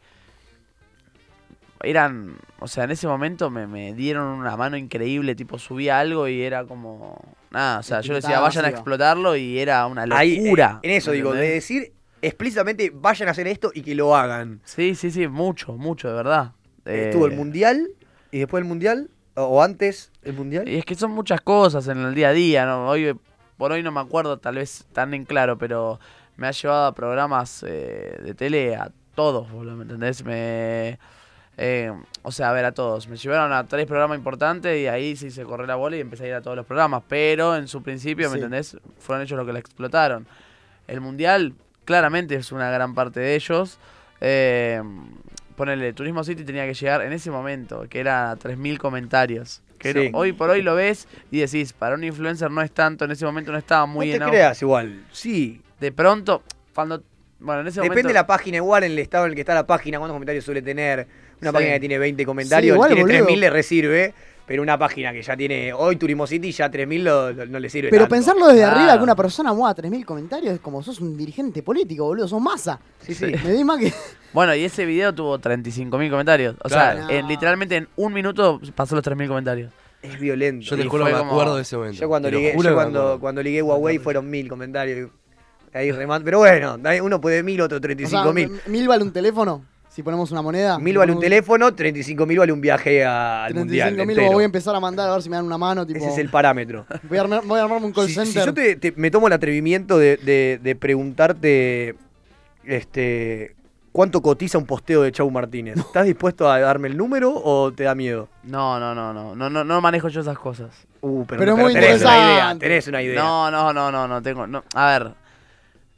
S3: eran, o sea, en ese momento me, me dieron una mano increíble, tipo subía algo y era como, nada, o sea, yo decía,
S5: Explotada
S3: vayan a
S5: masiva.
S3: explotarlo y era una
S2: Ahí, eh,
S3: locura.
S2: en eso
S3: ¿me
S2: digo, de
S3: entendés?
S2: decir explícitamente vayan a hacer esto y que lo hagan.
S3: Sí, sí, sí, mucho, mucho, de verdad. Eh,
S2: Estuvo el mundial y después el mundial, o, o antes el mundial.
S3: Y es que son muchas cosas en el día a día, ¿no? Hoy, por hoy no me acuerdo tal vez tan en claro, pero me ha llevado a programas eh, de tele, a todos, boludo, ¿me entendés? Me, eh, o sea, a ver, a todos. Me llevaron a tres programas importantes y ahí sí se corrió la bola y empecé a ir a todos los programas, pero en su principio, ¿me
S5: Sí.
S3: entendés? Fueron ellos los que la explotaron. El Mundial claramente es una gran parte de ellos. Eh, ponele, Turismo City tenía que llegar en ese momento, que era 3.000 comentarios. Que
S2: Sí.
S3: no- hoy por hoy lo ves y decís, para un influencer no es tanto, en ese momento no estaba muy
S2: no
S3: en
S2: te
S3: au-
S2: creas igual. Sí,
S3: De pronto, cuando... Bueno, en ese
S2: Depende
S3: momento...
S2: de la página, igual en el estado en el que está la página, cuántos comentarios suele tener. Una
S3: Sí.
S2: página que tiene 20 comentarios,
S5: Sí, igual,
S2: tiene
S5: boludo.
S2: 3.000 le resirve, pero una página que ya tiene hoy Turismo City ya 3.000 lo- lo- no le sirve.
S5: Pero
S2: tanto.
S5: pensarlo desde
S3: Claro.
S5: arriba que una persona mueva 3.000 comentarios es como sos un dirigente político, boludo. Sos masa.
S2: Sí, sí.
S5: Me di más que.
S3: Bueno, y ese video tuvo 35.000 comentarios. O
S1: Claro.
S3: sea, en- literalmente en un minuto pasó los 3.000 comentarios.
S2: Es violento.
S1: Yo te
S3: Y
S1: juro que
S3: fue
S1: me
S3: como-
S1: acuerdo de ese momento.
S2: Yo cuando
S1: Te lo
S2: ligué,
S1: juro
S2: yo
S1: que me
S2: cuando,
S1: acuerdo.
S2: cuando ligué Huawei fueron 1.000 comentarios. Ahí remando. Pero bueno, ahí uno puede 1.000, otro
S5: O sea,
S2: 35.000.
S5: mil vale un teléfono. Si ponemos una moneda.
S2: 1.000 vale un
S5: ponemos-
S2: teléfono, 35.000 vale un viaje a- al mundial.
S5: 35.000
S2: entero.
S5: voy a empezar a mandar a ver si me dan una mano. Tipo,
S2: Ese es el parámetro.
S5: voy, a armar- voy a armarme un call
S2: si, si
S5: center.
S2: yo te, te- me tomo el atrevimiento de, de- de preguntarte este, cuánto cotiza un posteo de Chau Martínez, ¿estás dispuesto a darme el número o te da miedo?
S3: No, no, no, no, no, no, no manejo yo esas cosas.
S2: Uh, pero,
S5: Pero es muy
S2: tenés una idea,
S5: interesante.
S2: tenés una idea.
S3: No, no, no, no, no tengo, no, a ver.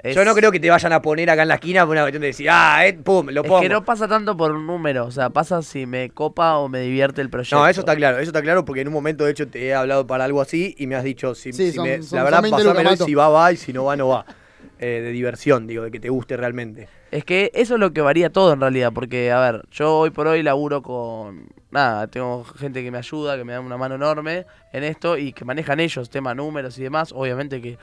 S3: es-
S2: Yo no creo que te vayan a poner acá en la esquina por una cuestión de decir, ah, eh, pum, lo
S3: Es
S2: pongo.
S3: que no
S2: no,
S3: pasa tanto por un número, o sea, pasa si me copa o me divierte el proyecto.
S2: eso está claro, eso está claro porque en un momento de hecho te he hablado para algo así y me has dicho, si,
S5: Sí,
S2: si
S5: son-
S2: me-
S5: son-
S2: la
S5: son
S2: verdad
S5: 20 lucas,
S2: pasámelo y
S5: Mato.
S2: si va, va y si no va, no va. Eh, de diversión, digo, de que te guste realmente.
S3: Es que eso es lo que varía todo en realidad, porque, a ver, yo hoy por hoy laburo con. Nada, tengo gente que me ayuda, que me da una mano enorme en esto y que manejan ellos, tema números y demás. Obviamente que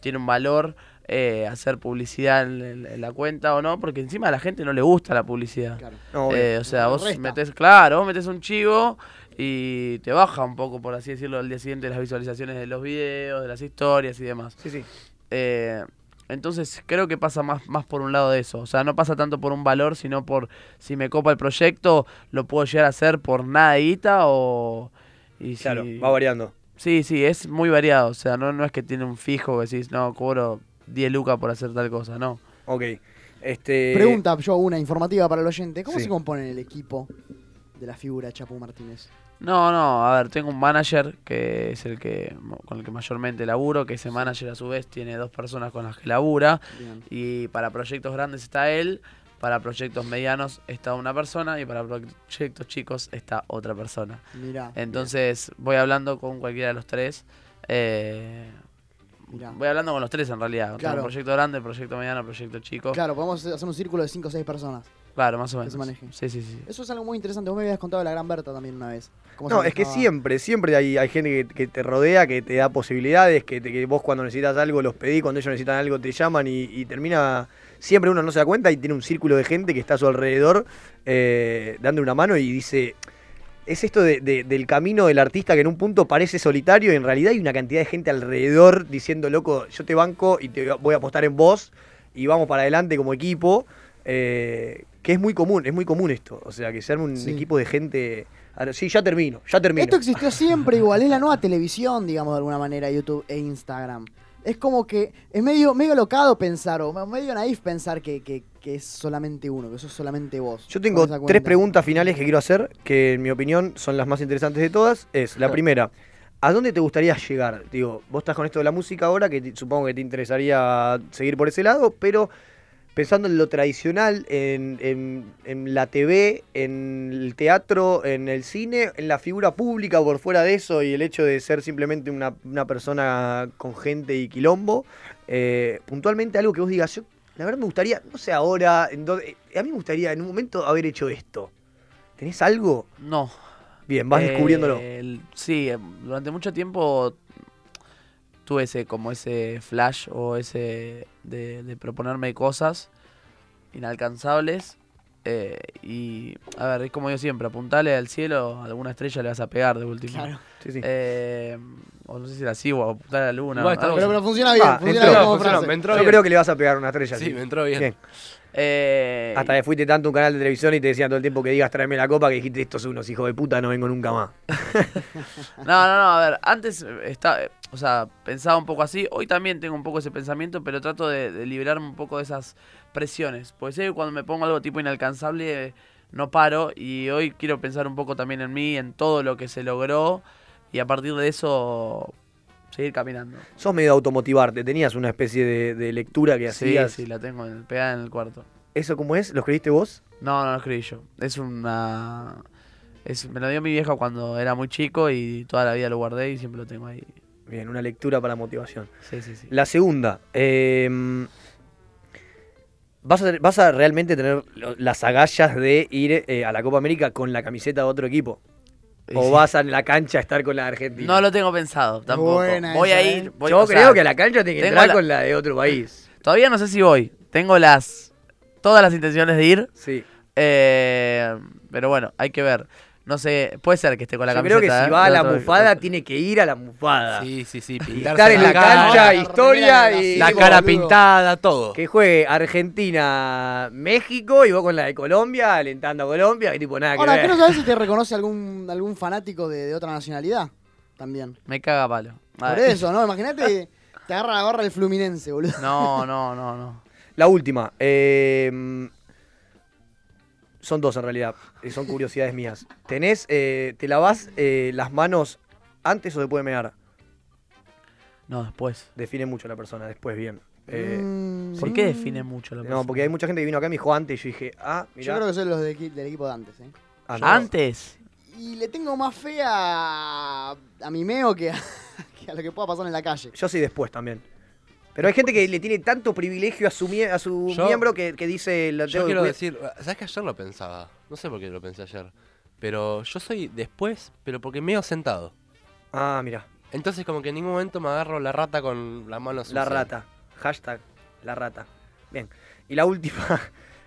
S3: tiene un valor eh, hacer publicidad en, en- en la cuenta o no, porque encima a la gente no le gusta la publicidad.
S5: Claro.
S2: No, obvio.
S3: Eh, o sea,
S5: Le
S3: vos
S5: resta.
S3: metés, claro, vos metés un chivo y te baja un poco, por así decirlo, al día siguiente las visualizaciones de los videos, de las historias y demás.
S2: sí, sí.
S3: Eh, entonces creo que pasa más, más por un lado de eso. O sea, no pasa tanto por un valor, sino por si me copa el proyecto, lo puedo llegar a hacer por nada de guita o... Y si-
S2: Claro, va variando.
S3: Sí, sí, es muy variado. O sea, no, no es que tiene un fijo que decís, no, cobro 10 lucas por hacer tal cosa, no.
S2: Ok. Este...
S5: Pregunta yo una informativa para el oyente. ¿Cómo
S2: sí.
S5: se compone el equipo de la figura Chapu Martínez?
S3: No, no, a ver, tengo un manager que es el que con el que mayormente laburo, que ese manager a su vez tiene dos personas con las que labura
S5: Bien.
S3: y para proyectos grandes está él, para proyectos medianos está una persona y para proyectos chicos está otra persona.
S5: Mirá,
S3: Eh, Entonces voy hablando con cualquiera de los tres. eh,
S5: mirá.
S3: voy hablando con los tres en realidad. Tengo
S5: Claro.
S3: proyecto grande, proyecto mediano, proyecto chico.
S5: Claro, podemos hacer un círculo de 5 o 6 personas.
S3: Claro, más o menos.
S5: se maneje.
S3: Sí, sí, sí.
S5: Eso es algo muy interesante. Vos me habías contado de la gran Berta también una vez. Cómo se
S2: No, es que
S5: manejaba.
S2: siempre, siempre hay, hay gente que, que te rodea, que te da posibilidades, que, te- que vos cuando necesitas algo los pedís, cuando ellos necesitan algo te llaman y, y termina. Siempre uno no se da cuenta y tiene un círculo de gente que está a su alrededor eh, dando una mano y dice. Es esto de- de- del camino del artista que en un punto parece solitario y en realidad hay una cantidad de gente alrededor diciendo, loco, yo te banco y te voy a apostar en vos y vamos para adelante como equipo. eh, que es muy común, es muy común esto. O sea, que se arme un
S5: Sí.
S2: equipo de gente. a lo- Sí, ya termino, ya termino.
S5: Esto existió siempre igual, es la nueva televisión, digamos de alguna manera, YouTube e Instagram. Es como que es medio, medio locado pensar, o medio naif pensar que, que- que es solamente uno, que sos solamente vos.
S2: Yo
S5: Con
S2: tengo
S5: esa cuenta.
S2: tres preguntas finales que quiero hacer, que en mi opinión son las más interesantes de todas. Es la primera, ¿a dónde te gustaría llegar? Digo, vos estás con esto de la música ahora, que te- supongo que te interesaría seguir por ese lado, pero pensando en lo tradicional, en, en- en la TV, en el teatro, en el cine, en la figura pública por fuera de eso y el hecho de ser simplemente una, una persona con gente y quilombo, eh, puntualmente algo que vos digas, yo la verdad me gustaría, no sé ahora, en dónde- eh, a mí me gustaría en un momento haber hecho esto. ¿Tenés algo?
S3: No.
S2: Bien, vas
S3: Eh,
S2: descubriéndolo.
S3: el- sí, eh, durante mucho tiempo tuve ese como ese flash o ese de, de proponerme cosas inalcanzables. eh, y a ver, es como yo siempre, apuntale al cielo, a alguna estrella le vas a pegar de último.
S5: Claro.
S2: Sí, sí.
S3: Eh, o no sé si era así, o apuntar a la luna.
S1: Igual está
S3: algo
S5: Pero,
S3: así.
S5: pero funciona bien,
S2: Ah,
S5: funciona
S2: entró,
S5: bien como
S1: funciona,
S5: frase.
S1: me entró
S2: Yo
S1: bien.
S2: creo que le vas a pegar una estrella.
S1: Sí, me entró bien.
S2: Bien.
S3: Eh,
S2: Hasta que fuiste tanto a un canal de televisión y te decían todo el tiempo que digas tráeme la copa que dijiste estos unos hijos de puta, no vengo nunca más.
S3: No, no, no, a ver, antes eh, está, eh, o sea, pensaba un poco así, hoy también tengo un poco ese pensamiento, pero trato de, de liberarme un poco de esas presiones, porque sé que cuando me pongo algo tipo inalcanzable eh, no paro y hoy quiero pensar un poco también en mí, en todo lo que se logró y a partir de eso seguir caminando.
S2: Sos medio de automotivarte, tenías una especie de, de lectura que
S3: Sí,
S2: hacías.
S3: sí, la tengo en- pegada en el cuarto.
S2: ¿Eso cómo es? ¿Lo escribiste vos?
S3: No, no lo escribí yo, es una... Es, me lo dio mi vieja cuando era muy chico y toda la vida lo guardé y siempre lo tengo ahí.
S2: Bien, una lectura para motivación.
S3: Sí, sí, sí.
S2: La segunda, eh, ¿vas, a, vas a realmente tener lo- las agallas de ir eh, a la Copa América con la camiseta de otro equipo? ¿O
S3: Sí.
S2: vas a la cancha a estar con la de Argentina?
S3: No lo tengo pensado tampoco.
S5: Buena
S3: voy
S5: esa,
S3: a
S5: ¿eh?
S3: ir. voy-
S2: Yo
S3: o sea,
S2: creo que a la cancha tiene que
S3: tengo
S2: entrar
S3: la-
S2: con la de otro país.
S3: Todavía no sé si voy. Tengo las. Todas las intenciones de ir.
S2: Sí.
S3: eh, pero bueno, hay que ver. No sé, puede ser que esté con la
S2: Yo
S3: camiseta.
S2: creo que si
S3: ¿eh?
S2: va a
S3: de
S2: la
S3: otro-
S2: mufada, tiene que ir a la mufada.
S1: Sí, sí, sí.
S2: Y
S1: pintarse
S2: estar en la
S5: cara,
S2: cancha,
S5: la remera
S2: historia
S5: de
S2: y...
S1: la
S5: Sí,
S1: cara
S5: boludo.
S1: pintada, todo.
S2: Que juegue Argentina, México y vos con la de Colombia, alentando a Colombia, y tipo nada que
S5: Ahora, ¿qué
S2: ver.
S5: no sabes si te reconoce algún, algún fanático de, de otra nacionalidad? También.
S3: Me caga palo. A
S2: Ah,
S5: Por
S2: eh.
S3: ver.
S5: eso, ¿no? Imagínate, te agarra la gorra el Fluminense, boludo.
S3: No, no, no, no.
S2: La última. eh, son dos en realidad. eh, Son curiosidades mías. ¿Tenés, eh, te lavás eh, las manos antes o después de mear?
S3: No, después.
S2: Define mucho la persona, después bien. Eh,
S5: Mm,
S3: ¿Por qué define mucho la persona?
S2: no, porque hay mucha gente que vino acá y me dijo antes y yo dije, ah,
S5: Yo
S2: mirá.
S5: creo que son los de equi- del equipo de antes, ¿eh?
S2: ah, no.
S3: Antes.
S5: Y le tengo más fe a, a mi meo que a, que a lo que pueda pasar en la calle.
S2: Yo sí después también. Pero hay gente que le tiene tanto privilegio a su, mie- a su
S1: Yo-
S2: miembro que, que dice... "Lo tengo
S1: Yo
S2: que
S1: quiero
S2: cuidar".
S1: decir, ¿sabes que ayer lo pensaba? No sé por qué lo pensé ayer. Pero yo soy después, pero porque medio sentado.
S2: Ah, mira.
S1: Entonces como que en ningún momento me agarro la rata con la mano sucia.
S2: La rata. Hashtag la rata. Bien. Y la última,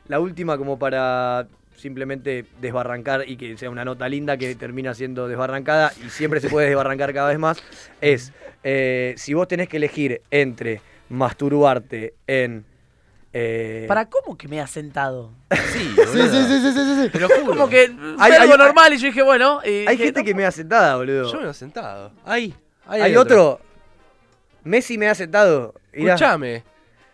S2: la última como para simplemente desbarrancar y que sea una nota linda que termina siendo desbarrancada y siempre se puede desbarrancar cada vez más, es eh, si vos tenés que elegir entre masturbarte en... eh,
S3: ¿Para cómo que me ha sentado?
S1: Sí,
S5: Sí, sí, sí, sí, sí, sí, sí.
S1: Te lo juro.
S3: Como que
S2: Hay-
S3: fue algo
S2: hay-
S3: normal y yo dije, bueno. y
S2: Hay
S3: dije,
S2: gente
S3: no,
S2: que me ha sentado, boludo.
S1: Yo me he sentado. Ahí. Ahí
S2: hay, otro. Messi me ha sentado. Mirá.
S1: Escuchame.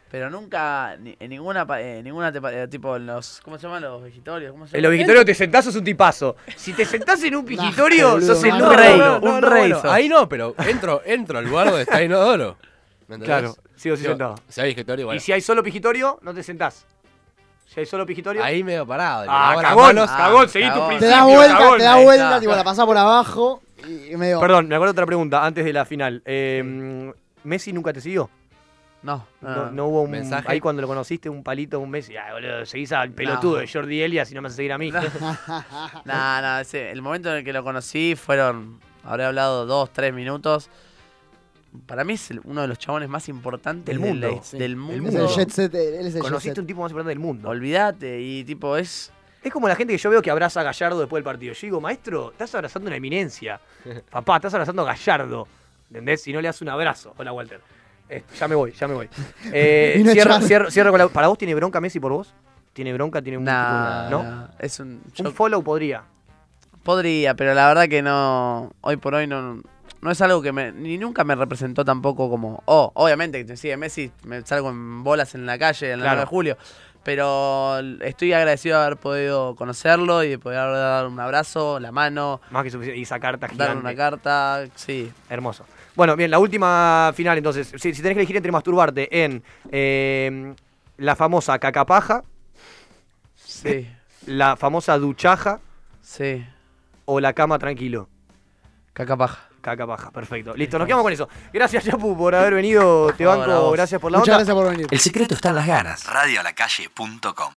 S3: Pero nunca, ni- en ninguna, pa- eh, ninguna te pa- eh, tipo, en los, ¿cómo se llaman los vegetarios? ¿Cómo se
S2: En
S3: llaman?
S2: los vigitorios te sentás, sos un tipazo. Si te sentás en un pigitorio,
S5: boludo,
S2: sos el
S5: no,
S3: un
S2: número
S3: rey,
S2: uno.
S3: un rey
S1: bueno,
S3: sos.
S1: ahí no, pero entro, entro al lugar donde está Inodoro. ¿Me entendés?
S2: Claro, sigo sí
S1: Digo,
S2: sentado.
S1: Si hay escritorio, bueno.
S2: Y si hay solo pigitorio, no te sentás. Si hay solo pigitorio.
S1: Ahí medio parado. le
S2: ah,
S1: lavo las
S2: cagón,
S1: manos.
S3: ah,
S2: cagón, seguí tu
S3: cagón.
S5: Te
S2: principio.
S5: das vuelta,
S2: cagón.
S5: te das
S3: ahí
S5: vuelta,
S3: está.
S5: tipo, la pasás por abajo y, y medio.
S2: Perdón, me acuerdo otra pregunta antes de la final. Eh, ¿Messi nunca Em, te siguió?
S3: No, no,
S2: No,
S3: no.
S2: no hubo un.
S1: Mensaje.
S2: Ahí cuando lo conociste, un palito, un Messi. Ah, boludo, seguís al pelotudo de Jordi Elias y no me vas a seguir a mí.
S3: Nah, nah, ese- el momento en el que lo conocí fueron, habré hablado dos, tres minutos. Para mí es el- uno de los chabones más importantes
S2: Del
S3: de la-
S2: mundo.
S5: Sí.
S3: del
S5: Es
S3: mundo.
S5: el jet set, él es el jet
S2: Conociste
S5: set.
S2: un tipo más importante del mundo.
S3: Olvídate, y tipo, es.
S2: Es como la gente que yo veo que abraza a Gallardo después del partido. Yo digo, maestro, estás abrazando una eminencia. Papá, estás abrazando a Gallardo. ¿Entendés? Si no le das un abrazo. Hola, Walter. Eh, ya me voy, ya me voy. Eh,
S5: Vino a
S2: cierro,
S5: echar.
S2: cierro- cierro con la- ¿Para vos tiene bronca Messi por vos? ¿Tiene bronca? ¿Tiene un
S3: Nah,
S2: ¿No?
S3: nah, Es un. yo
S2: Un follow podría.
S3: podría, pero la verdad que no. Hoy por hoy no. No es algo que me, ni nunca me representó tampoco como. Oh, obviamente que te sigue Messi, me salgo en bolas en la calle en la
S2: Claro.
S3: 9 de julio. Pero estoy agradecido de haber podido conocerlo y de poder dar un abrazo, la mano,
S2: Más que suficiente. Y esa carta gigante.
S3: darle una carta. Sí,
S2: Hermoso. Bueno, bien, la última final entonces. Si, si tenés que elegir entre masturbarte en eh, la famosa cacapaja,
S3: sí,
S2: la famosa duchaja
S3: sí.
S2: o la cama tranquilo.
S3: Caca paja.
S2: Caca paja, perfecto. Listo, nos quedamos con eso. Gracias, Yapu, por haber venido. Te
S3: favor, a
S2: banco,
S3: vos.
S2: gracias por la
S5: Muchas
S2: onda.
S5: gracias por venir.
S4: El secreto está en las ganas. Radioalacalle.com